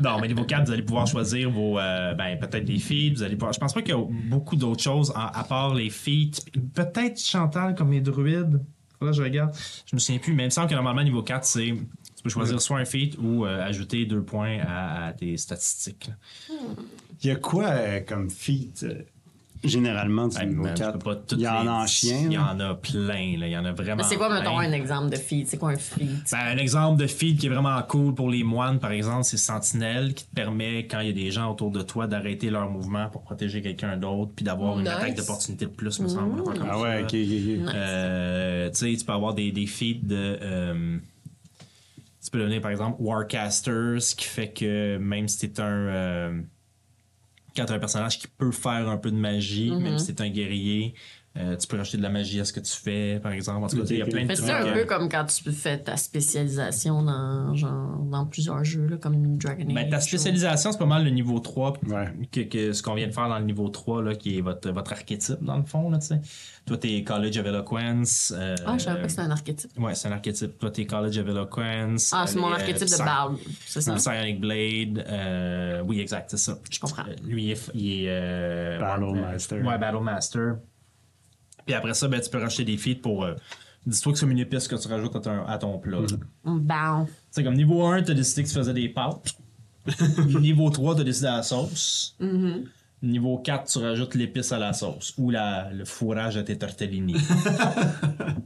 S4: Non, mais niveau 4, vous allez pouvoir choisir vos. euh, ben, peut-être des feats. Vous allez pouvoir... Je pense pas qu'il y a beaucoup d'autres choses en- à part les feats. Peut-être Chantal comme les druides. Là, je regarde. Je me souviens plus, mais il me semble que normalement, niveau 4, c'est. Tu peux choisir soit un feat ou euh, ajouter deux points à, à tes statistiques. là.
S2: Il y a quoi euh, comme feat euh, généralement du
S4: Ben,
S2: niveau
S4: ben, je
S2: 4?
S4: peux pas toutes
S2: Il y en
S4: les-
S2: a en chien. hein.
S4: Il y
S2: là.
S4: en a plein, là. Il y en a vraiment.
S3: Mais c'est quoi,
S4: plein.
S3: mettons, un exemple de feed? C'est quoi un feed?
S4: Ben, un exemple de feed qui est vraiment cool pour les moines, par exemple, c'est Sentinelle, qui te permet, quand il y a des gens autour de toi, d'arrêter leur mouvement pour protéger quelqu'un d'autre, puis d'avoir une
S1: Nice.
S4: attaque d'opportunité de plus, me semble. Comme
S2: Ah
S4: ça,
S2: ouais,
S4: là.
S2: ok, ok, ok.
S4: Euh, tu sais, tu peux avoir des, des feats de. euh, tu peux devenir, par exemple, Warcaster, ce qui fait que même si t'es un. euh, quand t'as un personnage qui peut faire un peu de magie,
S3: Mm-hmm.
S4: même si t'es un guerrier, euh, tu peux rajouter de la magie à ce que tu fais, par exemple. En tout cas, tu sais, il y a plein de
S3: Mais
S4: trucs.
S3: c'est un
S4: euh,
S3: peu comme quand tu fais ta spécialisation dans, genre, dans plusieurs jeux, là, comme Dragon Age.
S4: Ben, ta
S3: ou-
S4: spécialisation, c'est pas mal le niveau 3,
S2: Ouais.
S4: que, que ce qu'on vient de faire dans le niveau 3, là, qui est votre, votre archétype, dans le fond. Là, tu sais. Toi, t'es College of Eloquence. euh,
S3: Ah, je savais pas que c'était un archétype.
S4: Ouais, c'est un archétype. Toi, t'es College of Eloquence.
S3: Ah, c'est
S4: euh,
S3: mon
S4: les, euh,
S3: archétype de
S4: Psy-
S3: Barbe. C'est ça.
S4: Psionic Blade. euh, oui, exact, c'est ça.
S3: Je comprends.
S4: Euh, Lui, il est. il est, euh,
S2: Battle
S4: ouais, euh,
S2: Master.
S4: Ouais, Battle Master. Puis après ça, ben, tu peux racheter des feats pour. euh, Dis-toi que c'est une épice que tu rajoutes à ton, à ton plat. là.
S3: Bon.
S4: Tu sais, comme niveau 1, t'as décidé que tu faisais des pâtes. niveau 3, t'as décidé la sauce.
S3: Mm-hmm.
S4: Niveau 4, tu rajoutes l'épice à la sauce ou la, le fourrage à tes tortellini,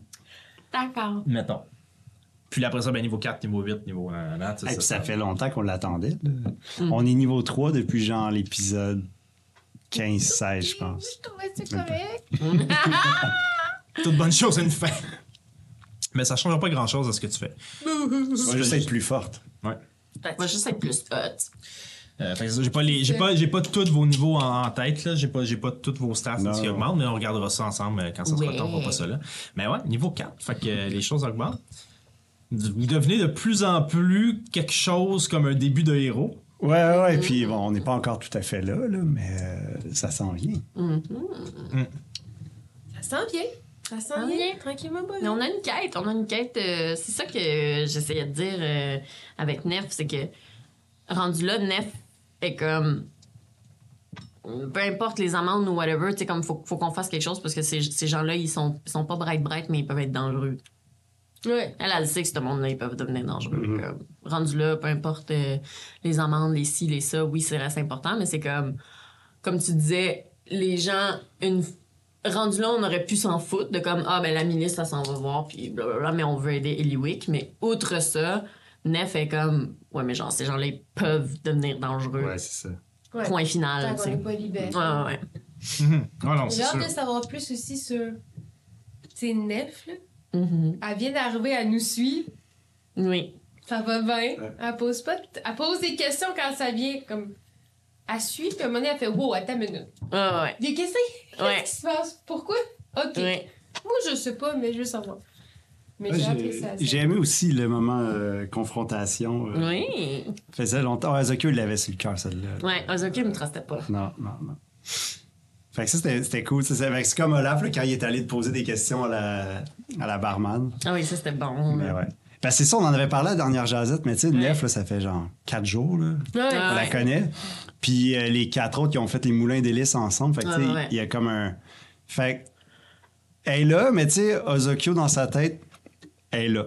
S3: D'accord.
S4: mettons. Puis après ça, ben, niveau 4, niveau 8, niveau 1,
S2: Et puis ça fait longtemps qu'on l'attendait. là. On est niveau 3 depuis genre l'épisode 15-16, je pense.
S1: Oui, je trouvais ça correct.
S4: Toute bonne chose a une fin. Mais ça changera pas grand-chose à ce que tu fais.
S2: On va juste être plus forte.
S4: Ouais.
S3: Va juste être plus hot.
S4: Euh, fait que ça, j'ai pas les- j'ai pas j'ai pas tous vos niveaux en, en tête là, j'ai pas j'ai pas tous vos stats
S2: Non.
S4: qui augmentent, mais on regardera ça ensemble euh, quand ça sera
S3: Ouais.
S4: le temps, on fera pas ça là. Mais ouais, niveau 4, fait que euh, les choses augmentent. D- Vous devenez de plus en plus quelque chose comme un début de héros.
S2: Ouais, ouais, ouais. Puis bon, on n'est pas encore tout à fait là, là mais euh, ça s'en vient.
S3: Mm-hmm.
S1: Ça s'en vient. Ça s'en
S3: Ah.
S1: vient. Tranquillement, pas.
S3: Mais on a une quête, on a une quête. euh, c'est ça que j'essayais de dire euh, avec Nef, c'est que rendu là, Nef est comme. Peu importe les amendes ou whatever, tu sais, comme faut, faut qu'on fasse quelque chose parce que ces, ces gens-là, ils sont, ils sont pas bright bright, mais ils peuvent être dangereux.
S1: Ouais.
S3: Elle, elle sait que ce monde-là, ils peuvent devenir dangereux. comme, rendu là, peu importe euh, les amendes, les ci, les ça, oui, c'est reste important, mais c'est comme, comme tu disais, les gens, une rendu là, on aurait pu s'en foutre de comme, ah, ben la ministre, ça s'en va voir, puis blablabla, mais on veut aider Eliwick. Mais outre ça, Nef est comme, ouais, mais genre, ces gens-là, ils peuvent devenir dangereux.
S2: c'est ça.
S1: ouais.
S3: Point final,
S1: Tant
S3: tu
S1: qu'on n'est
S3: sais.
S1: pas libéré.
S3: Ouais, ouais, ouais.
S4: Ah non,
S1: J'ai
S4: c'est
S1: hâte
S4: sûr.
S1: de savoir plus aussi sur. C'est Nef, là.
S3: Mhm.
S1: Elle vient d'arriver, elle nous suit.
S3: Oui.
S1: Ça va bien. Elle pose pas. de- Elle pose des questions quand ça vient. Comme. Elle suit, puis à un moment donné, elle fait Wow, attends une minute.
S3: Ah ouais.
S1: Il y a qu'est-ce qui- qu'est-ce
S3: Ouais.
S1: qui se passe Pourquoi Ok.
S3: Ouais.
S1: Moi, je sais pas, mais je veux savoir. Mais
S2: Ouais,
S1: j'ai appris
S2: j'ai-
S1: ça.
S2: J'ai aimé aussi le moment euh, confrontation. euh,
S3: Oui.
S2: faisait longtemps. Ah, Azokyo l'avait sur le cœur, celle-là.
S3: Ouais, Azuki me trustait pas.
S2: Non, non, non. Fait que ça, c'était c'était cool. ça, ça. Fait que C'est comme Olaf, là, quand il est allé te poser des questions à la, à la barman.
S3: Ah oui, ça c'était bon.
S2: Mais
S3: là.
S2: Ben ouais. Parce que c'est ça, on en avait parlé à la dernière jazette, mais tu sais,
S3: Ouais.
S2: Nef, là, ça fait genre quatre jours, là.
S1: Ouais.
S3: Ah
S2: On la
S3: ouais.
S2: connaît. Puis euh, les quatre autres qui ont fait les moulins d'hélice ensemble. Fait que, tu sais,
S3: Ouais, ouais.
S2: il y a comme un. Fait que. Elle est là, mais tu sais, Ozokyo dans sa tête, elle est là.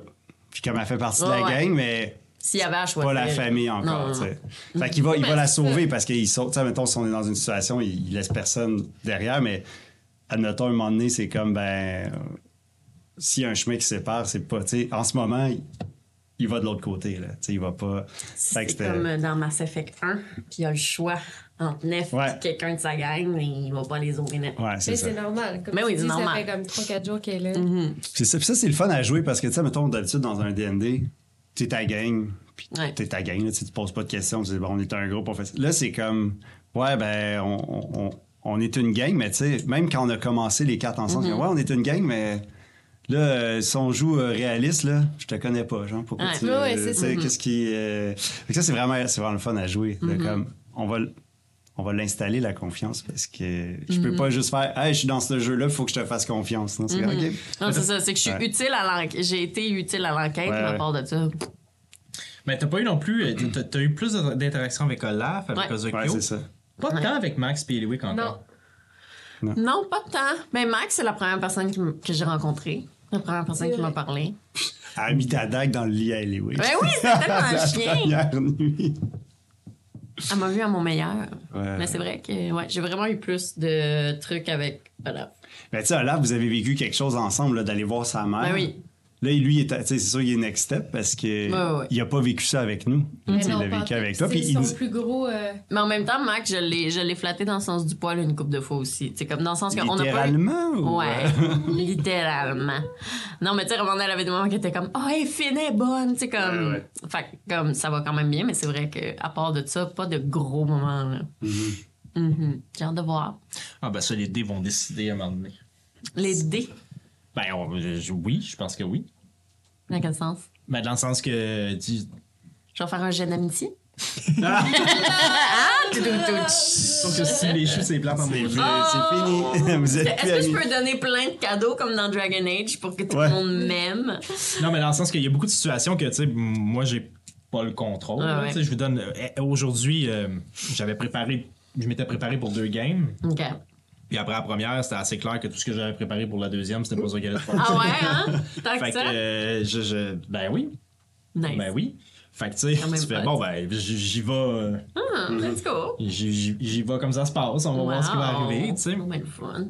S2: Puis comme elle fait partie de la
S3: Ouais, ouais.
S2: gang, mais
S3: S'il y avait à choisir.
S2: pas la famille
S3: Non,
S2: encore,
S3: non,
S2: tu sais. Fait qu'il va, il va
S1: Ben,
S2: la
S1: c'est
S2: sauver parce qu'il saute. Tu sais, mettons, si on est dans une situation, il, il laisse personne derrière, mais admettons, un moment donné, c'est comme, ben. euh, S'il y a un chemin qui sépare, c'est pas. Tu sais, en ce moment, il, il va de l'autre côté, là. Tu sais, il va pas. Fait
S3: C'est
S2: que c'était-
S3: comme euh, dans Mass Effect 1, puis il y a le choix entre Nef
S2: Ouais.
S3: et quelqu'un de sa gang, mais il va pas les autres Nef.
S2: Ouais, c'est
S1: Mais
S2: ça.
S1: c'est normal. Comme
S3: Mais
S1: tu
S3: oui,
S1: dis,
S3: c'est normal. Mm-hmm.
S1: Ça fait comme 3-4 jours qu'elle est là.
S2: C'est ça, Puis ça, c'est le fun à jouer parce que, tu sais, mettons, d'habitude, dans un DND, t'es ta gang, puis
S3: Ouais.
S2: t'es ta gang, là, tu sais, tu poses pas de questions, tu dis, bon, on est un groupe, on fait ça. Là, c'est comme, ouais, ben, on, on- on- on est une gang, mais tu sais, même quand on a commencé les quatre
S3: Mm-hmm.
S2: ensemble, c'est comme, ouais, on est une gang, mais là, euh, si on joue euh, réaliste, là, je te connais pas, genre, pourquoi
S3: Ouais.
S2: tu.
S1: Ouais, ouais,
S2: euh,
S1: c'est
S2: tu sais, qu'est-ce qui. euh, fait que ça, c'est vraiment, c'est vraiment le fun à jouer.
S3: Mm-hmm.
S2: de comme, on va. l- On va l'installer, la confiance, parce que je
S3: Mm-hmm.
S2: peux pas juste faire Hey, je suis dans ce jeu-là, faut que je te fasse confiance. Non, c'est comme, OK.
S3: Non, c'est ça, c'est que je suis
S2: Ouais.
S3: utile à l'enquête. J'ai été utile à l'enquête,
S2: Ouais,
S3: mais à
S2: ouais.
S3: part de ça.
S4: Mais t'as pas eu non plus. euh, t'as- T'as eu plus d'interactions avec Olaf, avec
S3: Ouais.
S4: Ozokyo.
S2: Ouais, c'est ça.
S4: Pas de
S3: Ouais.
S4: temps avec Max et Eliwick encore.
S1: Non.
S3: Non, pas tant. Mais Max, c'est la première personne qui m- que j'ai rencontrée. La première personne qui m'a parlé.
S2: Elle a mis ta dague dans le lit à Eliwick.
S3: Ben oui, c'était tellement
S2: La
S3: chien.
S2: première nuit.
S3: Elle m'a vu à mon meilleur.
S2: Ouais.
S3: Mais c'est vrai que ouais, j'ai vraiment eu plus de trucs avec Olaf.
S2: Ben tu sais, là, vous avez vécu quelque chose ensemble, là, d'aller voir sa mère.
S3: Ben oui.
S2: Là, lui, il est à- tu sais, c'est sûr, il est next step parce qu'il
S3: Ouais, ouais.
S2: il a pas vécu ça avec nous. Tu sais,
S1: Mais non,
S2: il l'a vécu
S1: partout,
S2: avec toi.
S1: C'est
S2: Puis il
S1: son
S2: dit-
S1: plus gros. euh,
S3: Mais en même temps, Max, je l'ai, je l'ai flatté dans le sens du poil une couple de fois aussi. C'est comme dans le sens qu'on n'a pas.
S2: littéralement. ou-
S3: Ouais, littéralement. Non, mais tu sais, à un moment donné, elle avait des moments qui étaient comme, oh, elle est bonne, tu sais, comme.
S2: Ouais, ouais.
S3: Fait que, comme, ça va quand même bien, mais c'est vrai qu'à part de ça, pas de gros moments, là.
S4: Mm-hmm.
S3: Mhm. J'ai hâte de voir.
S4: Ah, ben ça, les dés vont décider à un moment donné.
S3: Les dés,
S4: Ben on- je- je- oui, je pense que oui.
S3: dans quel sens?
S4: Mais Ben, dans le sens que. dis-
S3: Je vais faire un jeu d'amitié.
S4: Ah!
S6: Sauf que si les choux, c'est blanc,
S2: C'est
S6: c'est
S2: plus-
S6: blanc.
S2: c'est fini. vous êtes plus
S3: Oh! Est-ce que je
S2: amis.
S3: peux donner plein de cadeaux comme dans Dragon Age pour que tout
S2: Ouais.
S3: le monde m'aime?
S4: Non, mais dans le sens qu'il y a beaucoup de situations que, tu sais, m- moi, j'ai pas le contrôle.
S3: Ah
S4: là.
S3: ouais.
S4: Tu sais, Je vous donne. euh, euh, Aujourd'hui, euh, j'avais préparé. Je m'étais préparé pour deux games.
S3: OK.
S4: Puis après la première, c'était assez clair que tout ce que j'avais préparé pour la deuxième, c'était pas ça qu'elle allait se passer.
S3: Ah ouais, hein? Tant que
S4: Fait que,
S3: ça?
S4: euh, je, je- ben oui,
S3: Nice.
S4: ben oui. Fait que, tu sais,
S3: Quand même
S4: tu fais,
S3: pas.
S4: bon, ben, j- j'y vais, euh,
S3: Ah, let's go.
S4: j'y j'y- j'y vais comme ça se passe, on va voir ce qui va
S3: Wow.
S4: arriver, tu sais.
S3: Oh, ben, le fun.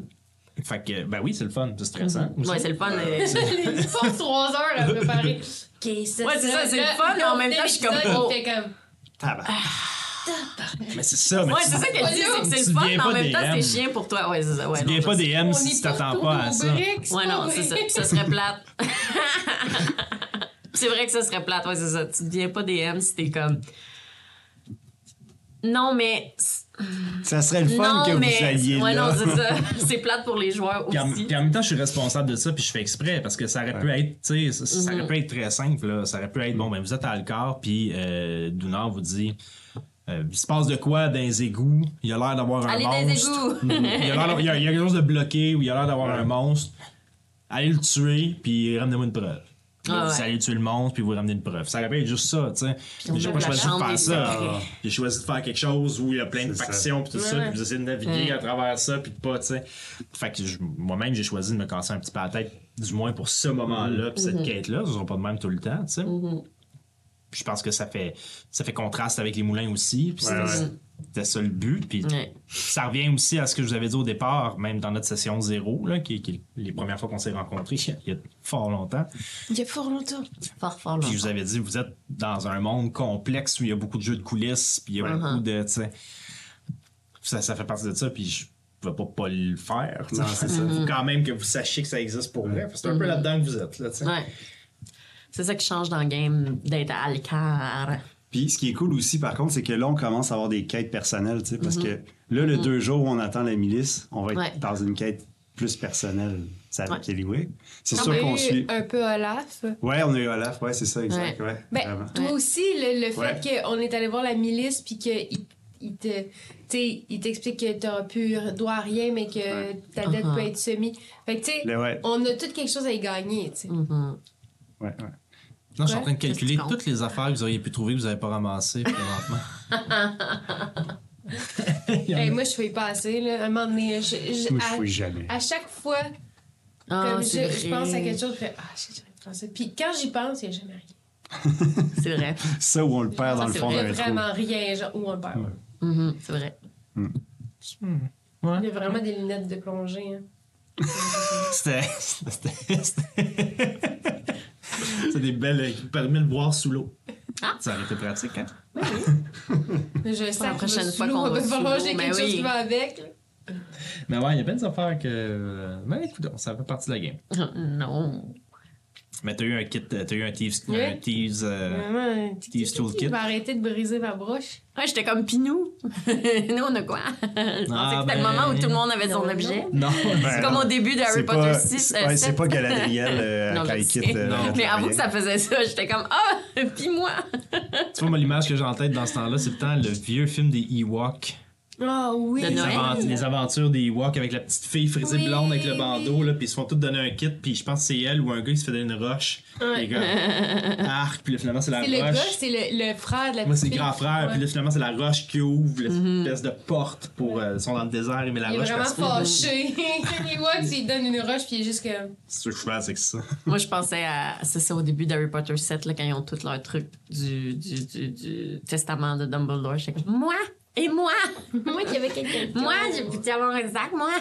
S4: Fait que, ben oui, c'est le fun, c'est stressant.
S3: Mhm.
S4: aussi.
S3: Ouais, c'est le fun.
S4: Euh,
S3: mais-
S1: Il passe 3 heures à préparer. Ok, ça,
S3: Ouais, c'est ça, c'est le fun, mais en même temps, je suis comme, oh.
S1: Il fait comme.
S2: Tabarnak.
S4: Mais c'est ça, mais
S3: Ah, Ouais,
S4: tu-
S3: c'est ça qu'elle dit, c'est que
S4: Tu
S3: c'est le fun,
S4: deviens
S3: mais en
S4: pas
S3: même
S4: des
S3: temps, c'est
S4: M.
S3: chiant pour toi. Ouais, c'est ça. Ouais,
S4: Tu deviens
S3: non,
S4: pas
S3: je-
S4: des M
S1: On
S4: si
S1: est
S4: tu t'attends
S1: partout
S4: pas à
S1: au
S4: ça.
S1: Brick, c'est
S3: Ouais,
S1: pas
S3: non, c'est ça.
S1: vrai.
S3: Ça serait plate. c'est vrai que ça serait plate, ouais, c'est ça. Tu deviens pas des M si t'es comme. Non, mais.
S2: Ça serait le fun
S3: non,
S2: que
S3: mais...
S2: vous alliez
S3: Ouais,
S2: là.
S3: non, c'est ça. C'est plate pour les joueurs
S4: Puis en,
S3: aussi.
S4: puis en même temps, je suis responsable de ça, puis je fais exprès, parce que ça aurait pu être, tu sais, ça, ça
S3: Mhm.
S4: aurait pu être très simple, là. Ça aurait pu être, bon, ben, vous êtes à Alcor, puis euh, Dounard vous dit, euh, il se passe de quoi dans les égouts? Il a l'air d'avoir un
S3: Allez dans les
S4: monstre.
S3: égouts.
S4: Mhm. il, a l'air d'avoir- il y a- il y a quelque chose de bloqué, ou il a l'air d'avoir un monstre. Allez le tuer, puis ramenez-moi une preuve. Là,
S3: Ah
S4: vous
S3: ouais.
S4: allez tuer le monstre, puis vous ramenez une preuve. Ça aurait pu être juste ça, tu sais.
S3: on
S4: Mais J'ai
S3: peut
S4: pas
S3: la
S4: choisi de
S3: chambre
S4: faire
S3: des
S4: ça.
S3: secrets.
S4: J'ai choisi de faire quelque chose où il y a plein de
S2: C'est ça.
S4: factions, puis tout ça,
S1: Ouais.
S4: puis vous essayez de naviguer
S3: Ouais. Hmm.
S4: à travers ça, puis de pas, tu sais. Fait que je- moi-même, j'ai choisi de me casser un petit peu la tête, du moins pour ce
S3: Hmm.
S4: moment-là, puis cette quête-là. Ce sera pas de même tout le temps, tu sais. Puis je pense que ça fait, ça fait contraste avec les moulins aussi, puis
S2: Ouais,
S4: c'était-
S2: ouais.
S4: c'était ça le but. Puis
S3: Ouais.
S4: ça revient aussi à ce que je vous avais dit au départ, même dans notre session zéro, là, qui, qui est les premières fois qu'on s'est rencontrés, il y a fort longtemps.
S1: Il y a fort longtemps.
S3: Fort, fort, là.
S4: Puis je vous avais dit, vous êtes dans un monde complexe où il y a beaucoup de jeux de coulisses, puis il y a
S3: Mhm.
S4: beaucoup de. tu sais, Ça, ça fait partie de ça, puis je vas pas, pas le faire. tu sais.
S6: Non, c'est ça. Faut quand même que vous sachiez que ça existe pour vrai. C'est un peu là-dedans que vous êtes. Là, tu sais.
S3: Ouais. C'est ça qui change dans le game d'être à l'écart.
S2: Puis ce qui est cool aussi, par contre, c'est que là, on commence à avoir des quêtes personnelles, tu sais, parce que là, le deux jours où on attend la milice, on va être
S3: Mm-hmm. Ouais.
S2: dans une quête plus personnelle. C'est avec Eliwick.
S3: Ah,
S2: C'est
S1: On a
S2: sûr qu'on
S1: eu
S2: suit.
S1: un peu Olaf.
S2: Ouais, on a eu Olaf, ouais, c'est ça, exact, ouais.
S1: Ben,
S2: vraiment.
S1: toi
S3: Ouais.
S1: aussi, le, le fait
S2: Ouais.
S1: qu'on est allé voir la milice, puis qu'il il te. tu sais, il t'explique que t'as pu dois rien, mais que
S2: Ouais.
S1: ta dette
S3: Uh-huh.
S1: peut être semis. Fait que, tu sais,
S2: Le- ouais,
S1: on a tout quelque chose à y gagner, tu sais.
S3: Mhm.
S2: ouais, ouais.
S4: Non, je suis en train de
S3: Qu'est-ce que
S4: calculer
S3: tu comptes?
S4: toutes les affaires que vous auriez pu trouver que vous n'avez pas ramassées présentement.
S1: Hey, moi, je fouille pas assez, là. À un moment donné, je, je-
S2: Moi, je
S1: à,
S2: fouille jamais.
S1: à chaque fois
S3: Ah,
S1: comme je,
S3: c'est
S1: je
S3: vrai.
S1: pense à quelque chose, je fais Ah, shit, j'aurais pu faire ça. Puis quand j'y pense, il n'y a jamais rien.
S3: C'est vrai.
S2: Ça où on le
S3: Ça,
S2: perd dans le
S3: c'est
S2: fond
S1: Il n'y
S2: d'un
S1: a
S2: trou.
S1: vraiment rien, genre, où on le perd.
S3: Mhm, C'est vrai.
S1: Il y a vraiment des lunettes de plongée, hein.
S4: C'était. C'était. c'était- C'est des belles. qui permet de boire sous l'eau.
S3: Ah.
S4: Ça aurait été pratique, hein?
S1: Je sais
S3: la
S1: que
S3: prochaine
S1: je
S3: fois qu'on va
S1: va
S3: sous
S1: falloir que
S3: l'eau,
S1: j'ai
S3: ben
S1: quelque chose
S3: oui.
S1: qui va avec.
S4: Mais ouais, il y a plein d'affaires que. Mais écoute, ça fait partie de la game.
S3: Non.
S4: Mais t'as eu un kit, t'as eu un Thieves.
S1: Oui.
S4: Un thieves euh,
S1: Vraiment, tu- tu-
S4: Steve's
S1: tu- tu
S4: Toolkit.
S1: vas arrêter de briser ma broche.
S3: Ouais, j'étais comme Pinou. Nous, on a quoi? Je pensais
S4: Ah,
S3: que c'était le
S4: ben-
S3: moment où tout le monde avait son
S1: Non,
S3: objet.
S1: non.
S4: Non,
S3: C'est
S2: Ben,
S3: comme
S2: non.
S3: au début de
S2: C'est
S3: Harry Potter
S2: pas-
S3: 6.
S2: c'est- ouais, c'est pas Galadriel euh,
S3: Non,
S2: quand
S3: je
S2: il
S3: sais.
S2: quitte. euh,
S4: Non.
S2: Galadriel.
S3: euh, Mais avoue que ça faisait ça. J'étais comme, ah, pis moi.
S4: tu vois, moi, l'image que j'ai en tête dans ce temps-là, c'est le temps le vieux film des Ewoks.
S1: Ah oui.
S3: De
S4: Les,
S3: Noël.
S4: avent- les aventures des Ewoks avec la petite fille frisée
S1: Oui,
S4: blonde avec le
S1: oui.
S4: bandeau, là, puis ils se font tous donner un kit, puis je pense que c'est elle ou un gars qui se fait donner une roche.
S1: Ouais.
S4: Et comme, arc, puis là, finalement, c'est la
S1: C'est
S4: roche.
S1: le gars, c'est le, le frère de la
S4: Moi, c'est
S1: petite
S4: le grand
S1: fille.
S4: frère,
S1: Ouais. Mhm.
S4: puis là, finalement, c'est la roche qui ouvre l'espèce de porte pour. euh, ils sont dans le désert, et met la
S1: Il est
S4: roche.
S1: vraiment
S4: parce que-
S1: fâché. il voit que tu lui donnes une roche, puis il est juste comme.
S4: C'est sûr que je fais avec ça.
S3: Moi, je pensais à. C'est ça, au début d'Harry Potter 7, là, quand ils ont tout leur truc du, du, du, du testament de Dumbledore. J'étais comme, moi! Et moi!
S1: Moi qui avait quelqu'un.
S3: Moi, j'ai pu avoir un sac, moi!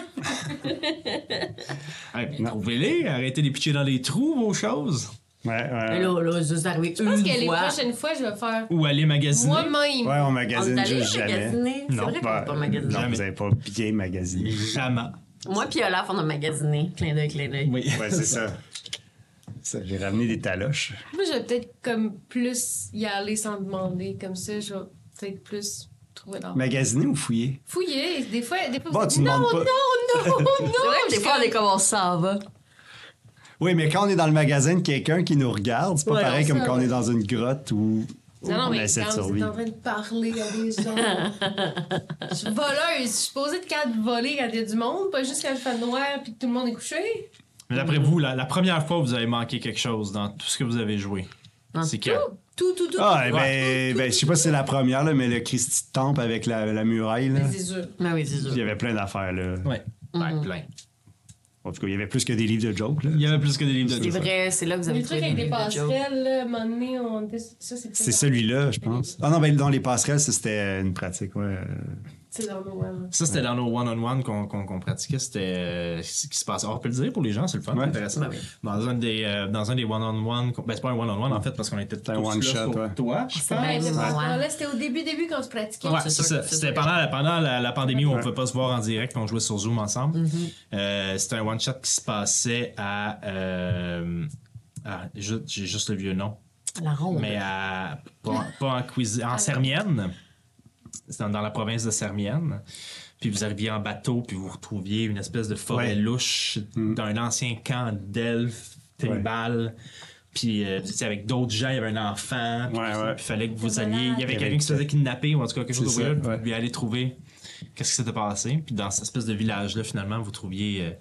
S4: Hey, puis Trouvez-les, arrêtez de les pitcher dans les trous, vos choses.
S2: Ouais, ouais.
S3: Et là, là, c'est juste arrivé
S1: Je pense
S3: une
S1: que les
S3: fois.
S1: prochaines fois, je vais faire
S4: Ou aller magasiner.
S1: moi-même.
S2: Ouais, on
S3: On est
S2: magasine
S3: allé
S2: juste jamais.
S3: magasiner. C'est
S4: Non,
S3: vrai qu'on
S2: Ouais,
S3: n'a pas
S2: non,
S3: magasiné.
S4: Jamais.
S2: vous n'avez pas bien magasiné.
S4: Jamais.
S3: Moi puis Olaf, on a magasiné. Clin d'œil, clin d'œil.
S4: Oui.
S2: Ouais, c'est ça. Ça, J'ai ramené des taloches.
S1: Moi, je vais peut-être comme plus y aller sans demander. Comme ça, je vais peut-être plus trouver dans.
S2: Magasiner ou fouiller?
S1: Fouiller. Des fois, des fois
S2: Bon,
S1: vous
S2: tu
S1: dites, non,
S2: demandes
S1: non,
S2: pas.
S1: non, non,
S3: C'est vrai que des fois, on est comme on s'en va.
S2: Oui, mais quand on est dans le magasin de quelqu'un qui nous regarde, c'est pas
S3: Ouais,
S2: pareil
S1: non,
S2: comme
S1: ça,
S2: quand on
S1: ouais.
S2: est dans une grotte où
S1: Non, non,
S2: on
S1: mais
S2: essaie de
S1: quand vous êtes en
S2: survivre.
S1: train de parler à des gens. je suis voleuse. Je suis posée de quatre voler quand il y a du monde, pas juste quand il fait noir puis que tout le monde est couché.
S4: Mais d'après
S1: Mhm.
S4: vous, la, la première fois où vous avez manqué quelque chose dans tout ce que vous avez joué,
S3: Dans
S4: c'est quand?
S1: Tout, tout, tout.
S2: Ah,
S1: tout,
S2: ben, ben, je sais pas si c'est la première, là, mais le Christie de Temple avec la, la muraille, là,
S1: Mais c'est sûr.
S3: Mais Ben oui, c'est
S2: il y
S3: sûr.
S2: avait plein d'affaires. là.
S4: Ouais.
S1: Mhm.
S4: Ouais, plein.
S2: En tout cas, il y avait plus que des livres de jokes. là.
S4: Il y avait plus que des livres de
S3: C'est
S4: jeux.
S3: vrai, c'est là que vous avez
S1: Le truc
S3: trouvé
S1: avec
S3: les
S1: des
S3: jokes.
S1: passerelles, là, à un moment donné, on était- Ça, c'est
S2: C'est celui-là, je pense. Ah non, ben, dans les passerelles, ça, c'était une pratique, ouais.
S1: C'est dans le ouais.
S4: Ça, c'était dans nos one-on-one qu'on qu'on- qu'on pratiquait. C'était euh, ce qui se passe. Alors, on peut le dire pour les gens, c'est le fun,
S2: Ouais.
S4: c'est intéressant.
S3: Ben oui.
S4: Dans un des euh, dans un des one-on-one, qu'on- ben, c'est pas un one-on-one en fait, parce qu'on était tous
S2: un
S4: là
S2: one-shot,
S4: sur
S2: ouais.
S4: toi, je
S3: Ah, c'est
S1: Ben,
S4: pense.
S1: c'est
S3: Ouais.
S1: pas ça. Là, c'était au début, début quand on se pratiquait.
S4: Ouais,
S3: C'est
S4: c'est
S3: sûr
S4: ça.
S3: que c'est sûr.
S4: C'était pendant, la, pendant la, la pandémie où on ne
S2: Ouais.
S4: pouvait pas se voir en direct, puis on jouait sur Zoom ensemble.
S3: Mm-hmm.
S4: Euh, C'était un one-shot qui se passait à. euh, à- ju- J'ai juste le vieux nom.
S3: La ronde.
S4: Mais à, pas, pas en cuisine, en Sermienne. C'est dans, dans la province de Sermienne. Puis vous arriviez en bateau, puis vous retrouviez une espèce de forêt
S2: Ouais. Mm.
S4: louche d'un ancien camp d'elfes tribal. Puis euh, vous étiez avec d'autres gens, il y avait un enfant. Puis
S2: Ouais, ouais.
S4: il fallait que vous
S1: C'est
S4: alliez. Il y
S1: malade.
S4: avait quelqu'un qui se faisait kidnapper, ou en tout cas quelque chose
S2: C'est
S4: de
S2: ça,
S4: weird. Puis
S2: ouais.
S4: vous allez trouver qu'est-ce qui s'était passé. Puis dans cette espèce de village-là, finalement, vous trouviez. euh,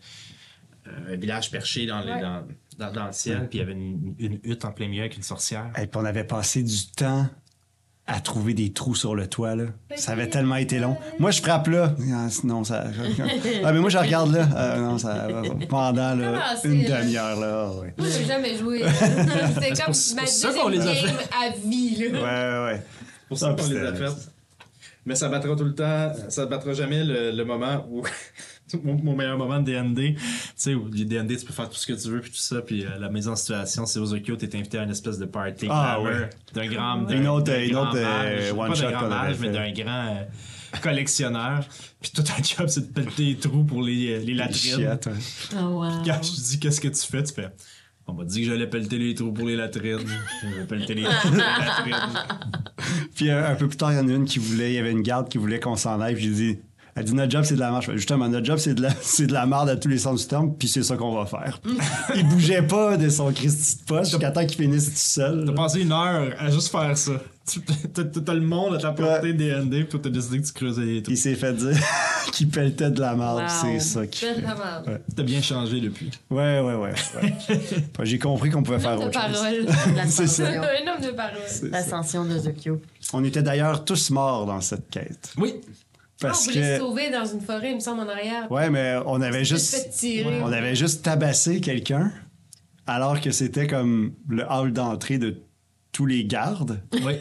S4: un village perché dans, le-
S1: Ouais.
S4: dans, dans- dans le ciel, puis il y avait une, une hutte en plein milieu avec une sorcière.
S2: Et puis on avait passé du temps à trouver des trous sur le toit, là. Ça avait tellement été long. Moi, je frappe là. Ah, Non, ça. Ah, mais moi, je regarde là. Ah, non, ça. Pendant, là,
S1: Comment c'est,
S2: une
S1: là?
S2: demi-heure, là. Ah, Ouais,
S1: Moi, j'ai jamais joué. C'était comme
S4: c'est
S1: ma
S4: pour ça qu'on les
S1: deuxième
S4: a fait.
S1: game à vie,
S2: ouais,
S1: là.
S2: ouais. ouais.
S6: pour ça
S2: Ah,
S6: qu'on
S2: puis
S6: les a
S2: c'était-
S6: faites. Mais ça battra tout le temps, ça battra jamais le, le moment où
S4: mon, mon meilleur moment de DND. Tu sais, au DND, tu peux faire tout ce que tu veux, puis tout ça. Puis euh, la mise en situation, c'est Ozokyo, t'es invité à une espèce de party
S2: Ah,
S4: glamour
S2: ouais.
S4: d'un grand. d'un-
S2: Une autre-
S4: d'un
S2: une
S4: grand
S2: autre, euh,
S4: mage,
S2: one
S4: pas
S2: shot
S4: d'un grand
S2: qu'on avait
S4: mage,
S2: fait.
S4: mais d'un grand euh, collectionneur. Puis tout un job, c'est de pelleter les trous pour les, euh, les latrines.
S2: Chiette, ouais.
S3: Oh, wow.
S4: Quand je dis qu'est-ce que tu fais, tu fais. On m'a dit que j'allais pelleter les trous pour les latrines. Je vais pelleter les trous pour les latrines.
S2: Puis euh, un peu plus tard, il y en a une qui voulait, il y avait une garde qui voulait qu'on s'en aille. Puis j'ai dit, elle dit notre job c'est de la marche. Justement, notre job c'est de la, c'est de la marde à tous les sens du terme. Puis c'est ça qu'on va faire. il bougeait pas de son Christy de poche jusqu'à temps qu'il finisse tout seul.
S4: T'as passé une heure à juste faire ça. Tu- T'as t'as- t'as le monde à ta portée DND, puis t'as décidé que tu creusais les trous.
S2: Il s'est fait dire qu'il pelletait de la marde.
S3: Wow.
S2: puis C'est ça qui.
S1: Fais de la merde.
S4: T'as bien changé depuis.
S2: Ouais, ouais, ouais. ouais. Puis j'ai compris qu'on pouvait faire
S1: Un homme de
S2: autre chose.
S1: parole.
S4: euh,
S2: C'est ça.
S3: L'ascension.
S1: Un homme de parole.
S3: L'ascension de Zokyo.
S2: On était d'ailleurs tous morts dans cette quête.
S4: Oui.
S2: Parce
S1: Ah, on voulait se
S2: que.
S1: sauver dans une forêt, il me semble, en arrière.
S2: Ouais, mais on avait
S1: Juste
S2: juste.
S1: fait tirer.
S2: On avait juste tabassé quelqu'un, alors que c'était comme le hall d'entrée de tous les gardes.
S4: Oui.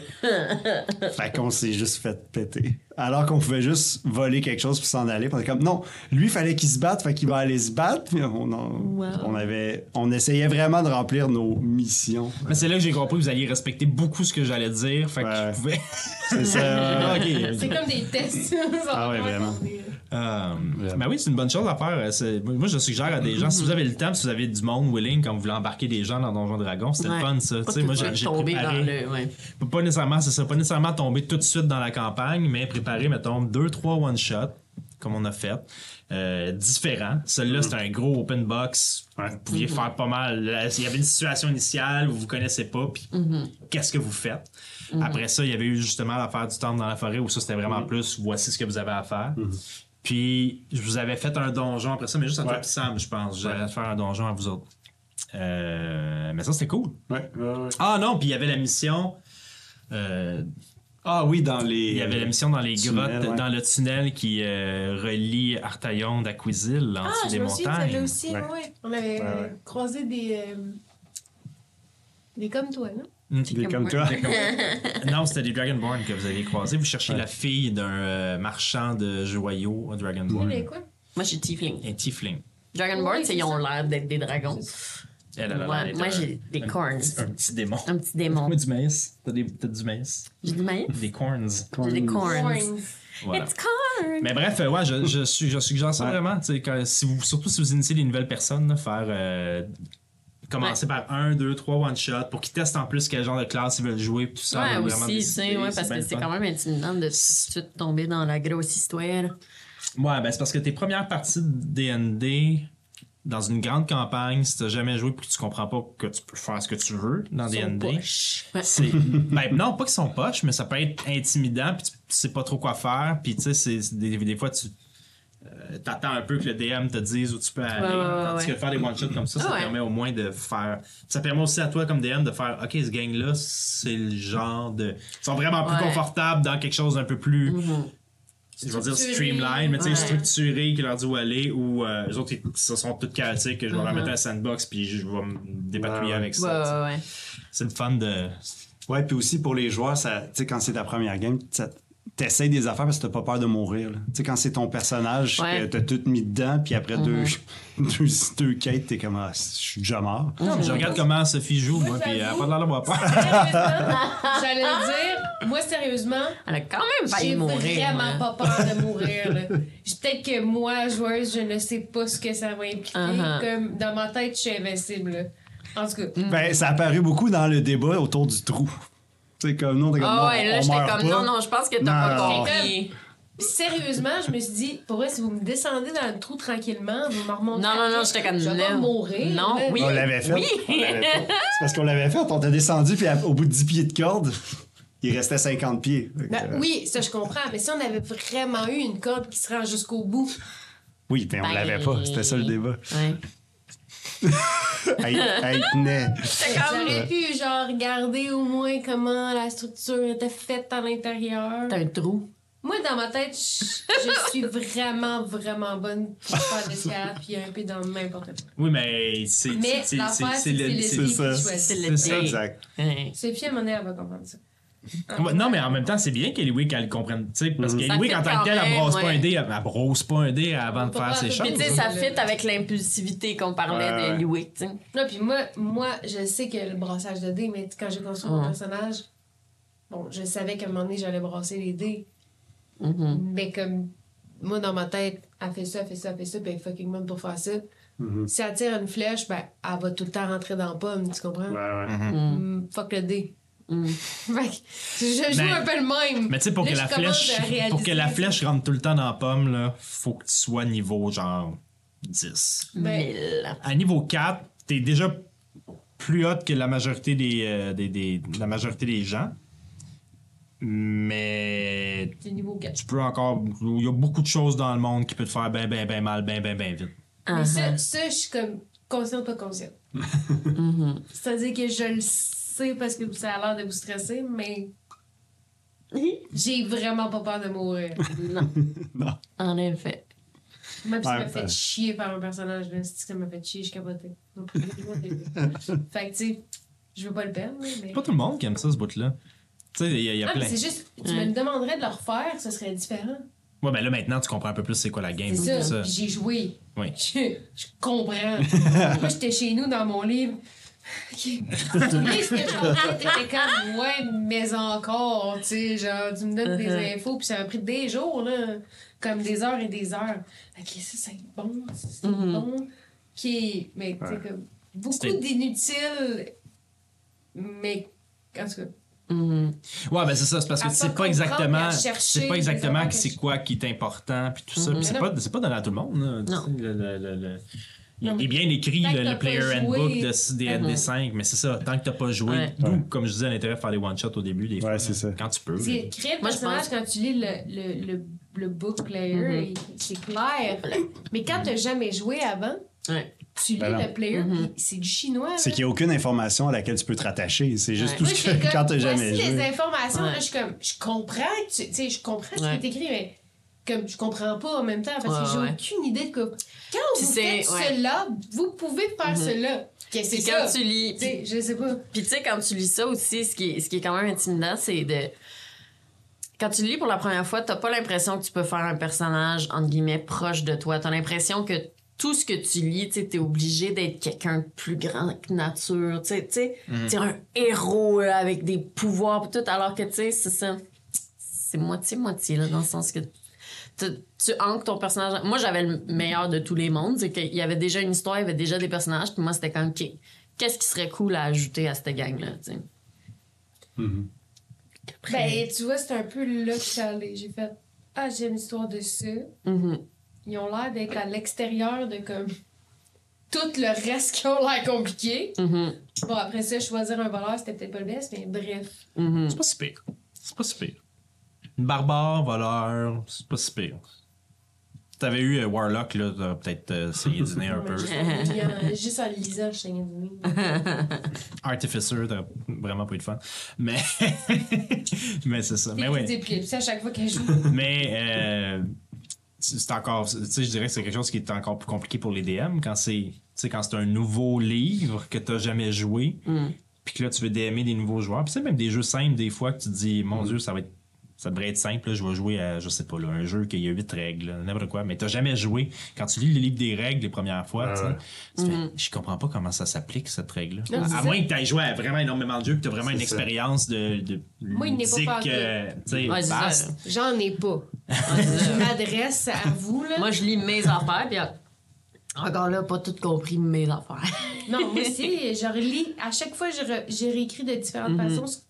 S2: Fait qu'on s'est juste fait péter. Alors qu'on pouvait juste voler quelque chose puis s'en aller. Puis on était comme, non, lui, fallait qu'il se batte, fait qu'il va aller se battre. Puis on, en-
S3: Wow.
S2: on, avait, on essayait vraiment de remplir nos missions.
S4: Mais c'est là que j'ai compris que vous alliez respecter beaucoup ce que j'allais dire. Fait que
S2: Ouais.
S4: je pouvais. Ah,
S2: C'est ça.
S1: C'est comme des tests.
S2: Ah ouais, vraiment.
S4: Euh, ben oui, c'est une bonne chose à faire. C'est- Moi, je suggère à des gens, si vous avez le temps, si vous avez du monde willing, quand vous voulez embarquer des gens dans Donjon Dragon, c'était
S3: Ouais.
S4: le fun, ça.
S3: Pas
S4: Tu sais,
S3: tout
S4: moi,
S3: de
S4: j'ai
S3: suite
S4: j'ai
S3: tomber
S4: préparé.
S3: dans le. Ouais.
S4: Pas- Pas nécessairement, c'est ça. Pas nécessairement tomber tout de suite dans la campagne, mais préparer, mettons, deux, trois one-shots, comme on a fait, euh, différents. Celui-là, c'était un gros open box. Vous pouviez faire pas mal. Là, Il y avait une situation initiale où vous connaissez pas, puis qu'est-ce que vous faites. Après ça, il y avait eu justement l'affaire du temple dans la forêt où ça, c'était vraiment plus voici ce que vous avez à faire. Puis, je vous avais fait un donjon après ça, mais juste en toi
S2: Ouais.
S4: puis Sam, je pense. J'allais faire un donjon à vous autres. Euh, mais ça, c'était cool.
S2: Ouais, ouais, ouais.
S4: Ah non, puis il y avait la mission. euh,
S2: Ah oui, dans les.
S4: il y avait la mission dans les
S2: Tunnel,
S4: grottes,
S2: ouais.
S4: dans le tunnel qui euh, relie Artaillon d'Aquizil en
S1: Ah,
S4: dessous
S1: je
S4: des
S1: me souviens de celle-là
S4: montagnes.
S1: aussi,
S2: Ouais.
S1: ouais. ouais. On avait
S2: Ouais, ouais.
S1: euh, croisé des. euh, des comme toi, non?
S2: Des comme toi.
S4: Mm. non, c'était des Dragonborn que vous aviez croisés. Vous cherchiez
S2: Ouais.
S4: la fille d'un euh, marchand de joyaux au Dragonborn.
S1: Mais quoi?
S3: Moi, j'ai Tiefling.
S4: Un tiefling.
S3: Dragonborn,
S1: Oui,
S3: c'est
S1: c'est
S3: ils ont
S1: ça.
S3: l'air d'être des dragons.
S4: Elle, elle a
S3: Moi,
S4: l'air d'être
S3: moi,
S4: un-
S3: j'ai des
S4: un
S3: corns.
S4: petit- Un petit démon.
S3: Un petit démon.
S4: Moi, du maïs. T'as des- t'as du maïs.
S3: J'ai du maïs.
S4: Des corns.
S3: J'ai des corns.
S4: Voilà.
S3: It's corn.
S4: Mais bref, euh, ouais, je, je, su- je suggère ça
S2: Ouais.
S4: vraiment. tu sais, quand- si vous, surtout si vous initiez des nouvelles personnes, là, faire euh, commencer par un, deux, trois one shot pour qu'ils testent en plus quel genre de classe ils veulent jouer tout ça.
S3: Ouais,
S4: avant de vraiment
S3: aussi, tu sais,
S4: décider,
S3: ouais, parce
S4: bien
S3: que
S4: le
S3: c'est
S4: fun.
S3: quand même intimidant de tout de suite tomber dans la grosse histoire.
S4: Ouais, ben c'est parce que tes premières parties de DND dans une grande campagne, si t'as jamais joué puis que tu comprends pas que tu peux faire ce que tu veux dans DND.
S3: Ouais.
S4: C'est ben, non, pas qu'ils sont poches, mais ça peut être intimidant puis tu, tu sais pas trop quoi faire, puis tu sais c'est- c'est des, des fois tu euh, t'attends un peu que le DM te dise où tu peux aller.
S3: Ouais, ouais, ouais,
S4: Tandis
S3: ouais.
S4: que faire des one shots comme ça,
S3: Ah
S4: ça
S3: ouais.
S4: permet au moins de faire ça permet aussi à toi comme DM de faire OK, ce gang là, c'est le genre de ils sont vraiment plus
S3: Ouais. Mm-hmm.
S4: confortables dans quelque chose d'un peu plus je vais dire
S1: Structuré.
S4: streamline, mais tu sais,
S3: Ouais.
S4: structuré, qui leur dit où aller, ou euh, eux autres, ils se sont toutes chaotiques, que je vais leur
S3: Mhm.
S4: mettre un sandbox, puis je vais me dépatouiller
S2: Ouais, ouais.
S4: avec
S3: Ouais,
S4: ça. tu sais.
S3: ouais, ouais.
S4: C'est le fun de.
S2: Ouais, puis aussi pour les joueurs, ça, tu sais, quand c'est ta première game, ça- t'essayes des affaires parce que t'as pas peur de mourir. là. Tu sais, quand c'est ton personnage,
S3: Ouais. Mm-hmm.
S2: que t'as tout mis dedans, puis après deux, deux, deux quêtes, t'es comme, ah, je suis déjà mort.
S4: Non, mais je regarde comment Sophie joue, moi,
S1: Oui,
S4: puis elle a
S1: j'avoue.
S4: pas l'air d'avoir peur.
S1: Sérieusement, J'allais le dire, moi, sérieusement,
S3: Elle a quand même failli
S1: j'ai
S3: mourir.
S1: vraiment
S3: ouais.
S1: pas peur de mourir. là. Je- Peut-être que moi, joueuse, je ne sais pas ce que ça va impliquer.
S3: Uh-huh.
S1: Comme dans ma tête, je suis invincible. là. En tout cas,
S2: Ben, ça apparu beaucoup dans le débat autour du trou. Tu sais, comme, non, t'es comme,
S3: Ah
S2: non,
S3: ouais, là,
S2: on
S3: j'étais
S2: meurt
S3: comme,
S2: pas.
S3: non, non, je pense que t'as pas
S2: Non, non, non.
S3: compris.
S1: Puis sérieusement, je me suis dit, pour vrai, si vous me descendez dans le trou tranquillement, vous me remontez.
S3: Non, non,
S1: après,
S3: non, j'étais comme,
S1: je vais
S3: non.
S1: mourir.
S3: Non,
S1: là.
S3: oui.
S2: On l'avait fait.
S3: Oui.
S2: on l'avait fait. C'est parce qu'on l'avait fait. On t'a descendu, puis à- au bout de 10 pieds de corde, il restait 50 pieds. Fait que,
S1: Ben,
S2: euh,
S1: oui, ça je comprends, mais si on avait vraiment eu une corde qui se rend jusqu'au bout,
S2: Oui, ben, on
S3: Ben-
S2: l'avait pas. C'était ça le débat.
S3: Ouais.
S2: Hey, hey, tenez.
S3: J'étais comme,
S1: j'aurais pu genre regarder au moins comment la structure était faite à l'intérieur.
S3: t'as un trou.
S1: Moi dans ma tête, je, je suis vraiment vraiment bonne pour faire des théâtre puis un peu dans n'importe quoi.
S4: Oui, mais c'est.
S1: Mais
S4: c'est- c'est-
S1: l'affaire,
S4: c'est
S1: c'est
S4: le-
S1: que c'est
S4: c'est-
S1: le livre
S2: c'est
S1: qui
S2: ça.
S1: choisit.
S3: C'est le
S4: C'est ça,
S3: dé.
S2: Exact.
S3: Ouais.
S1: Sophie, à mon avis, elle va comprendre ça.
S4: Ouais, non, mais en même temps, c'est bien qu'Eliwick, elle comprenne. tu sais, Parce
S3: Ça
S4: qu'Eliwick,
S3: fait
S4: en tant que telle,
S3: quand
S4: elle brosse pas
S3: même,
S4: un
S3: ouais.
S4: dé, elle elle brosse pas un dé avant de
S1: peut
S4: faire
S1: pas
S4: ses
S1: faire
S4: choses.
S1: de
S3: Puis tu sais,
S1: Ouais.
S3: ça fit avec l'impulsivité qu'on parlait
S2: Ouais, ouais.
S3: de Louis, tu sais.
S1: Non, puis moi, moi, je sais que le brassage de dés, mais quand j'ai construit mon
S3: Ouais.
S1: personnage, bon, je savais qu'à un moment donné, j'allais brasser les dés.
S3: Mhm.
S1: Mais comme moi, dans ma tête, elle fait ça, elle fait ça, elle fait ça, puis elle est fucking bonne pour faire ça.
S4: Mm-hmm.
S2: Mhm.
S1: Si elle tire une flèche, ben, elle va tout le temps rentrer dans la pomme, tu comprends?
S2: Ouais, ouais.
S1: Mm, fuck le dé.
S3: Mm.
S1: Fait que je joue
S4: Mais-
S1: un peu le même.
S4: Ben, Mais tu sais, pour,
S1: Là,
S4: que
S1: je
S4: la
S1: commence
S4: flèche-
S1: à réaliser-
S4: pour que la flèche rentre tout le temps dans la pomme, là, faut que tu sois niveau genre 10.
S1: Ben,
S3: Mille.
S4: À niveau 4, t'es déjà plus haute que la majorité des, euh, des- des- la majorité des gens. Mais
S1: C'est niveau 4.
S4: tu peux encore. Il y a beaucoup de choses dans le monde qui peut te faire ben, ben, ben mal, ben, ben, ben vite.
S1: Mais ça,
S3: Uh-huh.
S1: ça, je suis comme consciente, pas consciente. C'est-à-dire que je le sais parce que ça a l'air de vous stresser, mais j'ai vraiment pas peur de mourir.
S3: non,
S2: Non.
S3: en effet.
S1: Même si ça
S2: Ouais,
S1: m'a fait
S2: ouais.
S1: chier par un personnage, là, si ça m'a fait chier, je capotais. Non, plus, moi, c'est- fait que, tu sais, je veux pas le perdre, là, mais.
S4: C'est pas tout le monde qui aime ça, ce bout-là. Tu sais, il y a, il y a
S1: Ah, mais
S4: plein.
S1: c'est juste, tu
S3: Ouais.
S1: me le demanderais de le refaire, ce serait différent.
S4: Ouais, ben là, maintenant, tu comprends un peu plus Ben, c'est quoi la game.
S1: C'est
S4: tout
S1: ça, puis j'ai joué.
S4: Oui.
S1: Je, je comprends. Moi, j'étais chez nous dans mon livre. Ok. Tu lis ce que je comprends, t'étais comme, ouais, mais encore, tu sais, genre, tu me donnes des
S3: Uh-huh.
S1: infos, puis ça m'a pris des jours, là, comme des heures et des heures. Ok, ça, c'est bon, ça, c'est
S3: Mhm.
S1: bon. Ok, mais tu sais,
S2: Ouais.
S1: comme, beaucoup
S4: C'était-
S1: d'inutiles, mais en tout cas,
S3: Mhm.
S4: Ouais, ben c'est ça, c'est parce que
S1: À pas
S4: tu sais pas
S1: comprendre,
S4: exactement,
S1: à
S4: tu
S1: chercher
S4: sais pas
S1: les
S4: exactement
S1: affaires
S4: c'est
S1: que-
S4: quoi qui est important puis tout ça. Puis c'est
S1: Mm-hmm. Mais
S4: pas c'est pas donné à tout le monde. là, tu
S3: Non.
S4: sais, le- le- le- le- Il
S1: Non,
S4: il
S1: mais
S4: est bien écrit
S1: tant que
S4: le,
S1: t'as
S4: le
S1: pas
S4: player
S1: joué- mm-hmm.
S4: handbook de DND 5, mais c'est ça, tant que t'as pas joué,
S3: Ouais.
S4: d'où,
S2: Ouais.
S4: comme je disais, l'intérêt de faire des one shots au début des fois,
S2: c'est
S4: là,
S2: ça.
S4: quand tu peux.
S1: Parce que créer le
S3: Moi, je
S1: personnage,
S3: pense-
S1: quand tu lis le, le, le, le book player,
S3: Mhm.
S1: il- c'est clair. Mais quand tu n'as jamais joué avant,
S3: Ouais.
S1: tu lis
S2: Ben non.
S1: le player,
S3: Mhm.
S1: puis c'est du chinois. là.
S2: C'est qu'il n'y a aucune information à laquelle tu peux te rattacher. C'est juste
S3: Ouais.
S2: tout
S1: Moi,
S2: ce
S1: j'étais
S2: que.
S1: comme,
S2: Quand t'as
S1: voici
S2: jamais
S1: les
S2: joué.
S1: informations,
S3: Ouais.
S1: là, je suis comme, je comprends, que tu, tu sais, je comprends ce qui
S3: Ouais.
S1: est écrit, mais comme je comprends pas en même temps, parce que
S3: Ouais,
S1: j'ai
S3: ouais.
S1: aucune idée de quoi. Quand
S3: Puis
S1: vous
S3: c'est-
S1: faites
S3: ouais. Mhm.
S1: cela, vous pouvez faire cela. Qu'est-ce que
S3: Puis
S1: c'est
S3: quand
S1: ça?
S3: tu lis,
S1: Tu sais, je sais pas.
S3: Puis tu sais, quand tu lis ça aussi, ce qui est, ce qui est quand même intimidant, c'est de. Quand tu le lis pour la première fois, t'as pas l'impression que tu peux faire un personnage, entre guillemets, proche de toi. T'as l'impression que tout ce que tu lis, tu sais, t'es obligé d'être quelqu'un de plus grand que nature. Tu sais, tu sais, t'es un héros là, avec des pouvoirs pis tout, alors que tu sais, c'est ça. C'est moitié-moitié, là, dans le sens que tu, tu ancres ton personnage. Moi, j'avais le meilleur de tous les mondes. C'est qu'il y avait déjà une histoire, il y avait déjà des personnages, puis moi, c'était comme, OK, qu'est-ce qui serait cool à ajouter à cette gang-là, tu sais?
S2: Mhm.
S1: Ben, tu vois, c'est un peu là que je suis allée. J'ai fait, ah, j'ai une histoire de ça.
S3: Mhm.
S1: ils ont l'air d'être à l'extérieur de comme tout le reste qui a l'air compliqué.
S3: Mhm.
S1: Bon, après ça, choisir un voleur, c'était peut-être pas le best, mais bref.
S3: Mhm.
S4: C'est pas si pire. C'est pas si pire. Barbare, voleur, c'est pas si pire. T'avais eu euh, Warlock, là, t'as peut-être euh, essayé de dîner un peu. Ben
S1: Juste en lisant- euh, Juste en lisant, je saignais du nez.
S4: Artificer, t'as vraiment pas eu de fun. Mais, mais c'est ça. Mais
S1: Des
S4: oui.
S1: crises d'épilepsie à chaque fois qu'elle joue.
S4: Mais euh, c'est encore, tu sais, je dirais que c'est quelque chose qui est encore plus compliqué pour les DM quand c'est, tu sais, quand c'est un nouveau livre que t'as jamais joué,
S3: Mm.
S4: puis que là tu veux DMer des nouveaux joueurs, puis c'est même des jeux simples des fois que tu te dis, mon
S1: Mm.
S4: dieu, ça va être, ça devrait être simple, là, je vais jouer à, je sais pas, là, un jeu qui a huit règles, là, n'importe quoi, mais t'as jamais joué. Quand tu lis le livre des règles les premières fois,
S2: Ouais,
S4: tu sais,
S2: ouais.
S4: tu fais, je comprends pas comment ça s'applique cette règle.
S1: Mm-hmm. Non,
S4: là
S1: c'est
S4: À
S1: ça.
S4: moins que t'aies joué à vraiment énormément de jeux, que t'as vraiment
S2: C'est
S4: une
S2: ça.
S4: expérience de, de
S1: Moi, il n'est pas
S4: ludique,
S1: parlé.
S4: euh, tu sais,
S3: Ouais, c'est ça.
S4: vaste.
S1: J'en ai pas.
S3: Ouais, c'est
S1: Je
S3: ça.
S1: m'adresse à vous, là.
S3: mm-hmm. Moi, je lis mes affaires, puis euh, encore là, pas tout compris mes affaires.
S1: Non, moi aussi, je relis. À chaque fois, je re- j'ai réécrit de différentes
S3: Mhm.
S1: façons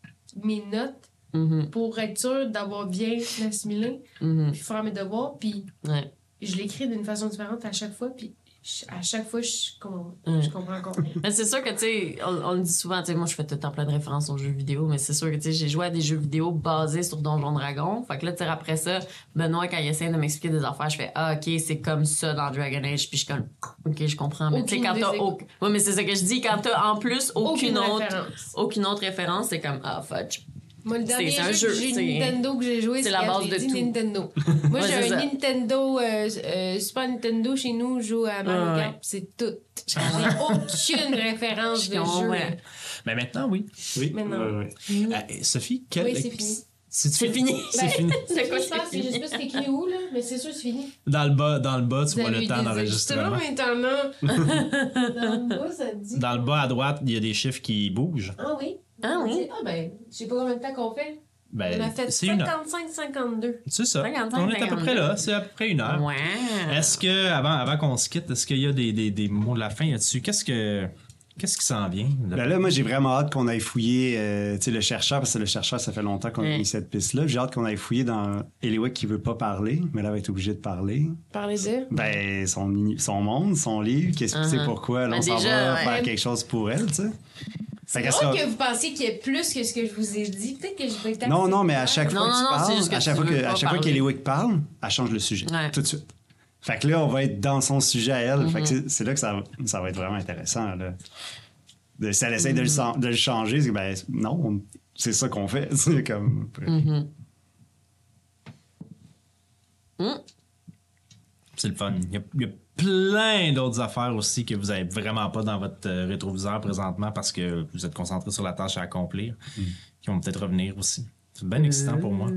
S1: mes notes
S3: Mhm.
S1: pour être sûre d'avoir bien assimilé,
S3: Mhm.
S1: puis faire mes devoirs, puis
S3: Ouais.
S1: je l'écris d'une façon différente à chaque fois, puis je- à chaque fois, je, com-
S3: Mm.
S1: je comprends encore. rien.
S3: Mais c'est sûr que, tu sais, on, on le dit souvent, tu sais, moi, je fais tout le temps plein de références aux jeux vidéo, mais c'est sûr que, tu sais, j'ai joué à des jeux vidéo basés sur Donjon Dragon. Fait que là, tu sais, après ça, Benoît, quand il essaie de m'expliquer des affaires, je fais, ah, OK, c'est comme ça dans Dragon Age, puis je suis comme, OK, je comprends. Mais, tu sais,
S1: Aucune
S3: quand
S1: des
S3: t'as.
S1: éc-
S3: au- Ouais, mais c'est ça que je dis, quand t'as en plus aucune, autre.
S1: référence.
S3: Aucune autre référence, c'est comme ah fudge.
S1: Moi, le
S3: C'est-
S1: dernier
S3: c'est un
S1: jeu, que
S3: jeu,
S1: j'ai
S3: c'est-
S1: Nintendo que j'ai joué,
S3: c'est
S1: c'est
S3: la
S1: quand
S3: base
S1: j'ai
S3: de
S1: dit
S3: tout.
S1: Nintendo. Moi,
S3: Ouais, c'est
S1: j'ai
S3: ça.
S1: un Nintendo, euh, euh, Super Nintendo chez nous, je joue à Mario
S3: Ouais,
S1: Kart,
S3: ouais.
S1: c'est tout. J'ai aucune référence
S3: Je
S1: de
S3: comprends,
S1: jeu.
S3: ouais.
S1: là.
S4: Mais maintenant, oui.
S5: Oui.
S1: Maintenant.
S5: Ouais, ouais.
S4: Euh, Sophie, quel...
S1: Oui, c'est fini.
S4: C'est
S3: fini.
S4: C'est fini.
S1: C'est quoi
S3: quoi,
S1: ça?
S3: c'est
S1: Je sais pas c'est écrit où, là, mais c'est sûr c'est fini.
S4: Dans le bas, dans le bas, tu
S1: Vous
S4: vois
S1: avez
S4: le
S1: eu
S4: temps
S1: des
S4: d'enregistrement.
S1: extra maintenant. Dans le bas, ça te dit.
S4: Dans le bas à droite, il y a des chiffres qui bougent.
S1: Ah oui?
S3: Ah
S1: On
S3: oui.
S1: dit, Ah ben, je sais pas combien de temps qu'on fait. On a
S4: Ben,
S1: fait
S4: c'est une heure.
S1: 55-52.
S4: C'est ça.
S3: 55,
S4: On est à peu près là. C'est à peu près une heure.
S3: Wow.
S4: Est-ce que, avant, avant qu'on se quitte, est-ce qu'il y a des, des, des mots de la fin là-dessus? Qu'est-ce que. Qu'est-ce qui s'en vient?
S2: Ben là, moi, j'ai vraiment hâte qu'on aille fouiller euh, tu sais, le chercheur, parce que le chercheur, ça fait longtemps qu'on a
S3: Ouais.
S2: mis cette piste-là. J'ai hâte qu'on aille fouiller dans Eliwick qui veut pas parler, mais là, elle va être obligée de parler.
S1: Parlez de.
S2: Ben, son, uni- son monde, son livre, qu'est-ce que
S3: Uh-huh.
S2: c'est pourquoi, là,
S3: Ben
S2: on s'en
S3: déjà,
S2: va
S3: ouais.
S2: faire quelque chose pour elle, tu sais. Fait qu'elle
S1: Drôle
S2: sera-
S1: que vous pensiez qu'il y ait plus que ce que je vous ai dit. Peut-être que je vais être
S2: Non, non, mais à chaque
S3: Non,
S2: fois que
S3: non,
S2: tu
S3: non, c'est juste
S2: parles,
S3: que
S2: à
S3: tu
S2: chaque fois
S3: veux
S2: que-
S3: pas
S2: à chaque fois
S3: parler.
S2: qu'Eliwick parle, elle change le sujet,
S3: Ouais. Mm-hmm.
S2: tout de suite. Fait que là, on va être dans son sujet à elle. Fait que c'est- c'est là que ça, ça va être vraiment intéressant. Là. De- si elle essaie de le
S3: Mm-hmm.
S2: chan- de, le, changer, c'est que, ben non, on- c'est ça qu'on fait. C'est comme...
S3: Mm. Mm-hmm. Mm.
S4: C'est le fun. Il y a, il y a plein d'autres affaires aussi que vous n'avez vraiment pas dans votre euh, rétroviseur présentement parce que vous êtes concentré sur la tâche à accomplir qui vont peut-être revenir aussi. C'est bien excitant pour moi.
S2: Ouais,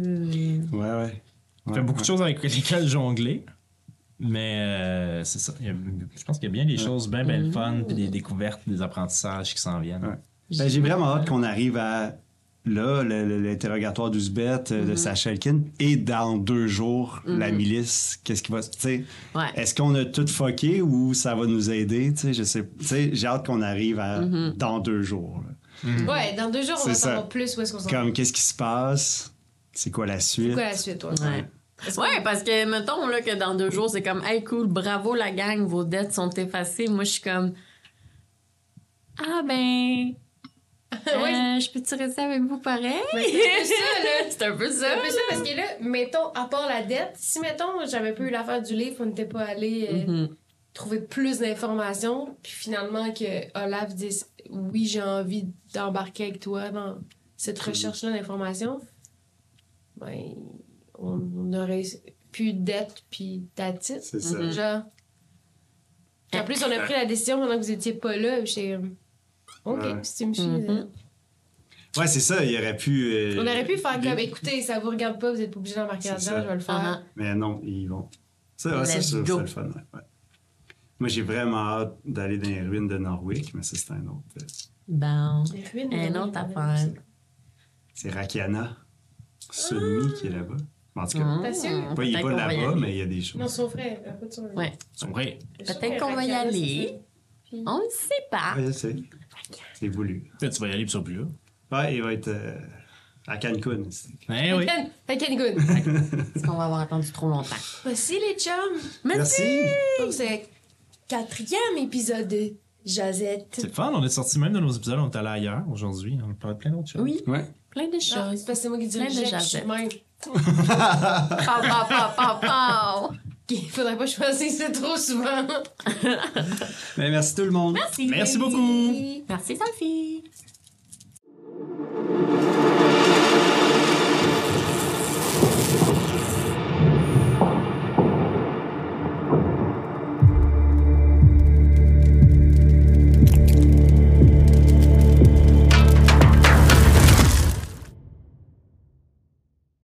S2: ouais.
S4: Il
S2: Ouais,
S4: fait beaucoup de
S2: ouais.
S4: choses avec lesquelles jongler. Mais euh, c'est ça. Il y a- je pense qu'il y a bien des choses bien, bien le fun, puis des découvertes, des apprentissages qui s'en viennent.
S2: Ouais. Ben, J'ai vraiment hâte qu'on arrive à là, le- le- l'interrogatoire d'Ouzbeth,
S3: Mm-hmm.
S2: euh, de Sachelkin, et dans deux jours, la milice. Qu'est-ce qui va se. tu sais,
S3: Ouais.
S2: Est-ce qu'on a tout foqué ou ça va nous aider? Tu sais, je sais. tu sais, J'ai hâte qu'on arrive à
S1: Mm-hmm.
S2: dans deux jours. là.
S1: Ouais, dans deux jours, on
S2: C'est
S1: va
S2: ça.
S1: savoir plus où est-ce qu'on s'en va.
S2: Comme qu'est-ce qui se passe? C'est quoi la
S1: C'est
S2: suite?
S1: quoi la suite, toi?
S3: Ouais.
S1: Est-ce
S3: Ouais,
S1: qu'on-
S3: parce que mettons là, que dans deux jours, c'est comme Hey cool, bravo la gang, vos dettes sont effacées. Moi, je suis comme Ah ben. euh,
S1: Ouais.
S3: je peux-tu rester avec vous pareil?
S1: Mais c'est un peu ça, là. C'est
S3: C'est un peu ça.
S1: un peu ça, parce que là, mettons, à part la dette, si, mettons, j'avais pas eu l'affaire du livre, on n'était pas allé euh,
S3: Mhm.
S1: trouver plus d'informations, puis finalement que Olaf dise « Oui, j'ai envie d'embarquer avec toi dans cette recherche-là d'informations », ben, on, on aurait plus de dette, puis d'attitude.
S2: C'est ça.
S3: Mhm.
S1: Genre... En plus, on a pris la décision pendant que vous étiez pas là, puis j'étais comme, OK,
S2: Ouais.
S1: si tu me suis...
S3: Mhm.
S1: euh,
S2: Ouais, c'est ça. Il aurait pu. euh,
S1: On aurait pu faire
S2: les-
S1: comme, écoutez, ça vous regarde pas, vous êtes pas obligé d'embarquer
S2: C'est
S1: là-dedans,
S2: ça.
S1: je vais le faire.
S3: Ah,
S2: Mais non, ils vont. Ça, ouais, ça,
S3: Let's
S2: ça,
S3: go.
S2: c'est le fun. ouais, ouais. Moi, j'ai vraiment hâte d'aller dans les ruines de Norwich, mais ça, c'est un autre. euh,
S3: Bon.
S1: Les ruines,
S3: Une
S1: oui,
S3: autre
S1: oui,
S3: affaire.
S2: C'est Rakiana, Sunmi
S1: Ah.
S2: qui est là-bas. En tout cas,
S1: T'as sûr?
S3: Hum,
S2: pas, il
S3: peut-être
S2: est pas
S3: qu'on va y
S2: là-bas,
S3: aller.
S2: mais il y a des
S1: Non,
S2: choses.
S1: son frère. un peu de son-
S3: Ouais.
S4: C'est vrai.
S1: Le son
S3: Peut-être
S1: est
S3: qu'on va y
S1: radical,
S3: aller.
S1: c'est ça. Puis-
S3: On ne sait pas.
S2: Ouais, je sais. C'est voulu.
S4: Peut-être tu vas y aller, puis tu seras plus là.
S2: Ouais, il va être euh, à Cancun. c'est-
S4: Eh oui.
S1: Ken- fait Ken Good.
S3: Parce qu'on va avoir attendu trop longtemps.
S1: Voici les chums
S3: Merci.
S2: Merci.
S1: pour ce quatrième épisode de Josette.
S4: C'est le fun. On est sorti même de nos épisodes. On est allé ailleurs aujourd'hui. On parle de plein d'autres choses.
S3: Oui,
S2: Ouais.
S3: plein de
S1: Non,
S3: choses.
S1: Ah, c'est parce que c'est moi qui dis
S3: Plein de
S1: Josette. je suis
S3: Josette.
S1: de même.
S3: Pow, pow, pow, pow, pow.
S1: Ok, faudrait pas que je fasse ça trop souvent.
S2: Mais Ben, merci tout le monde.
S3: Merci.
S4: Merci beaucoup.
S3: Merci Sophie.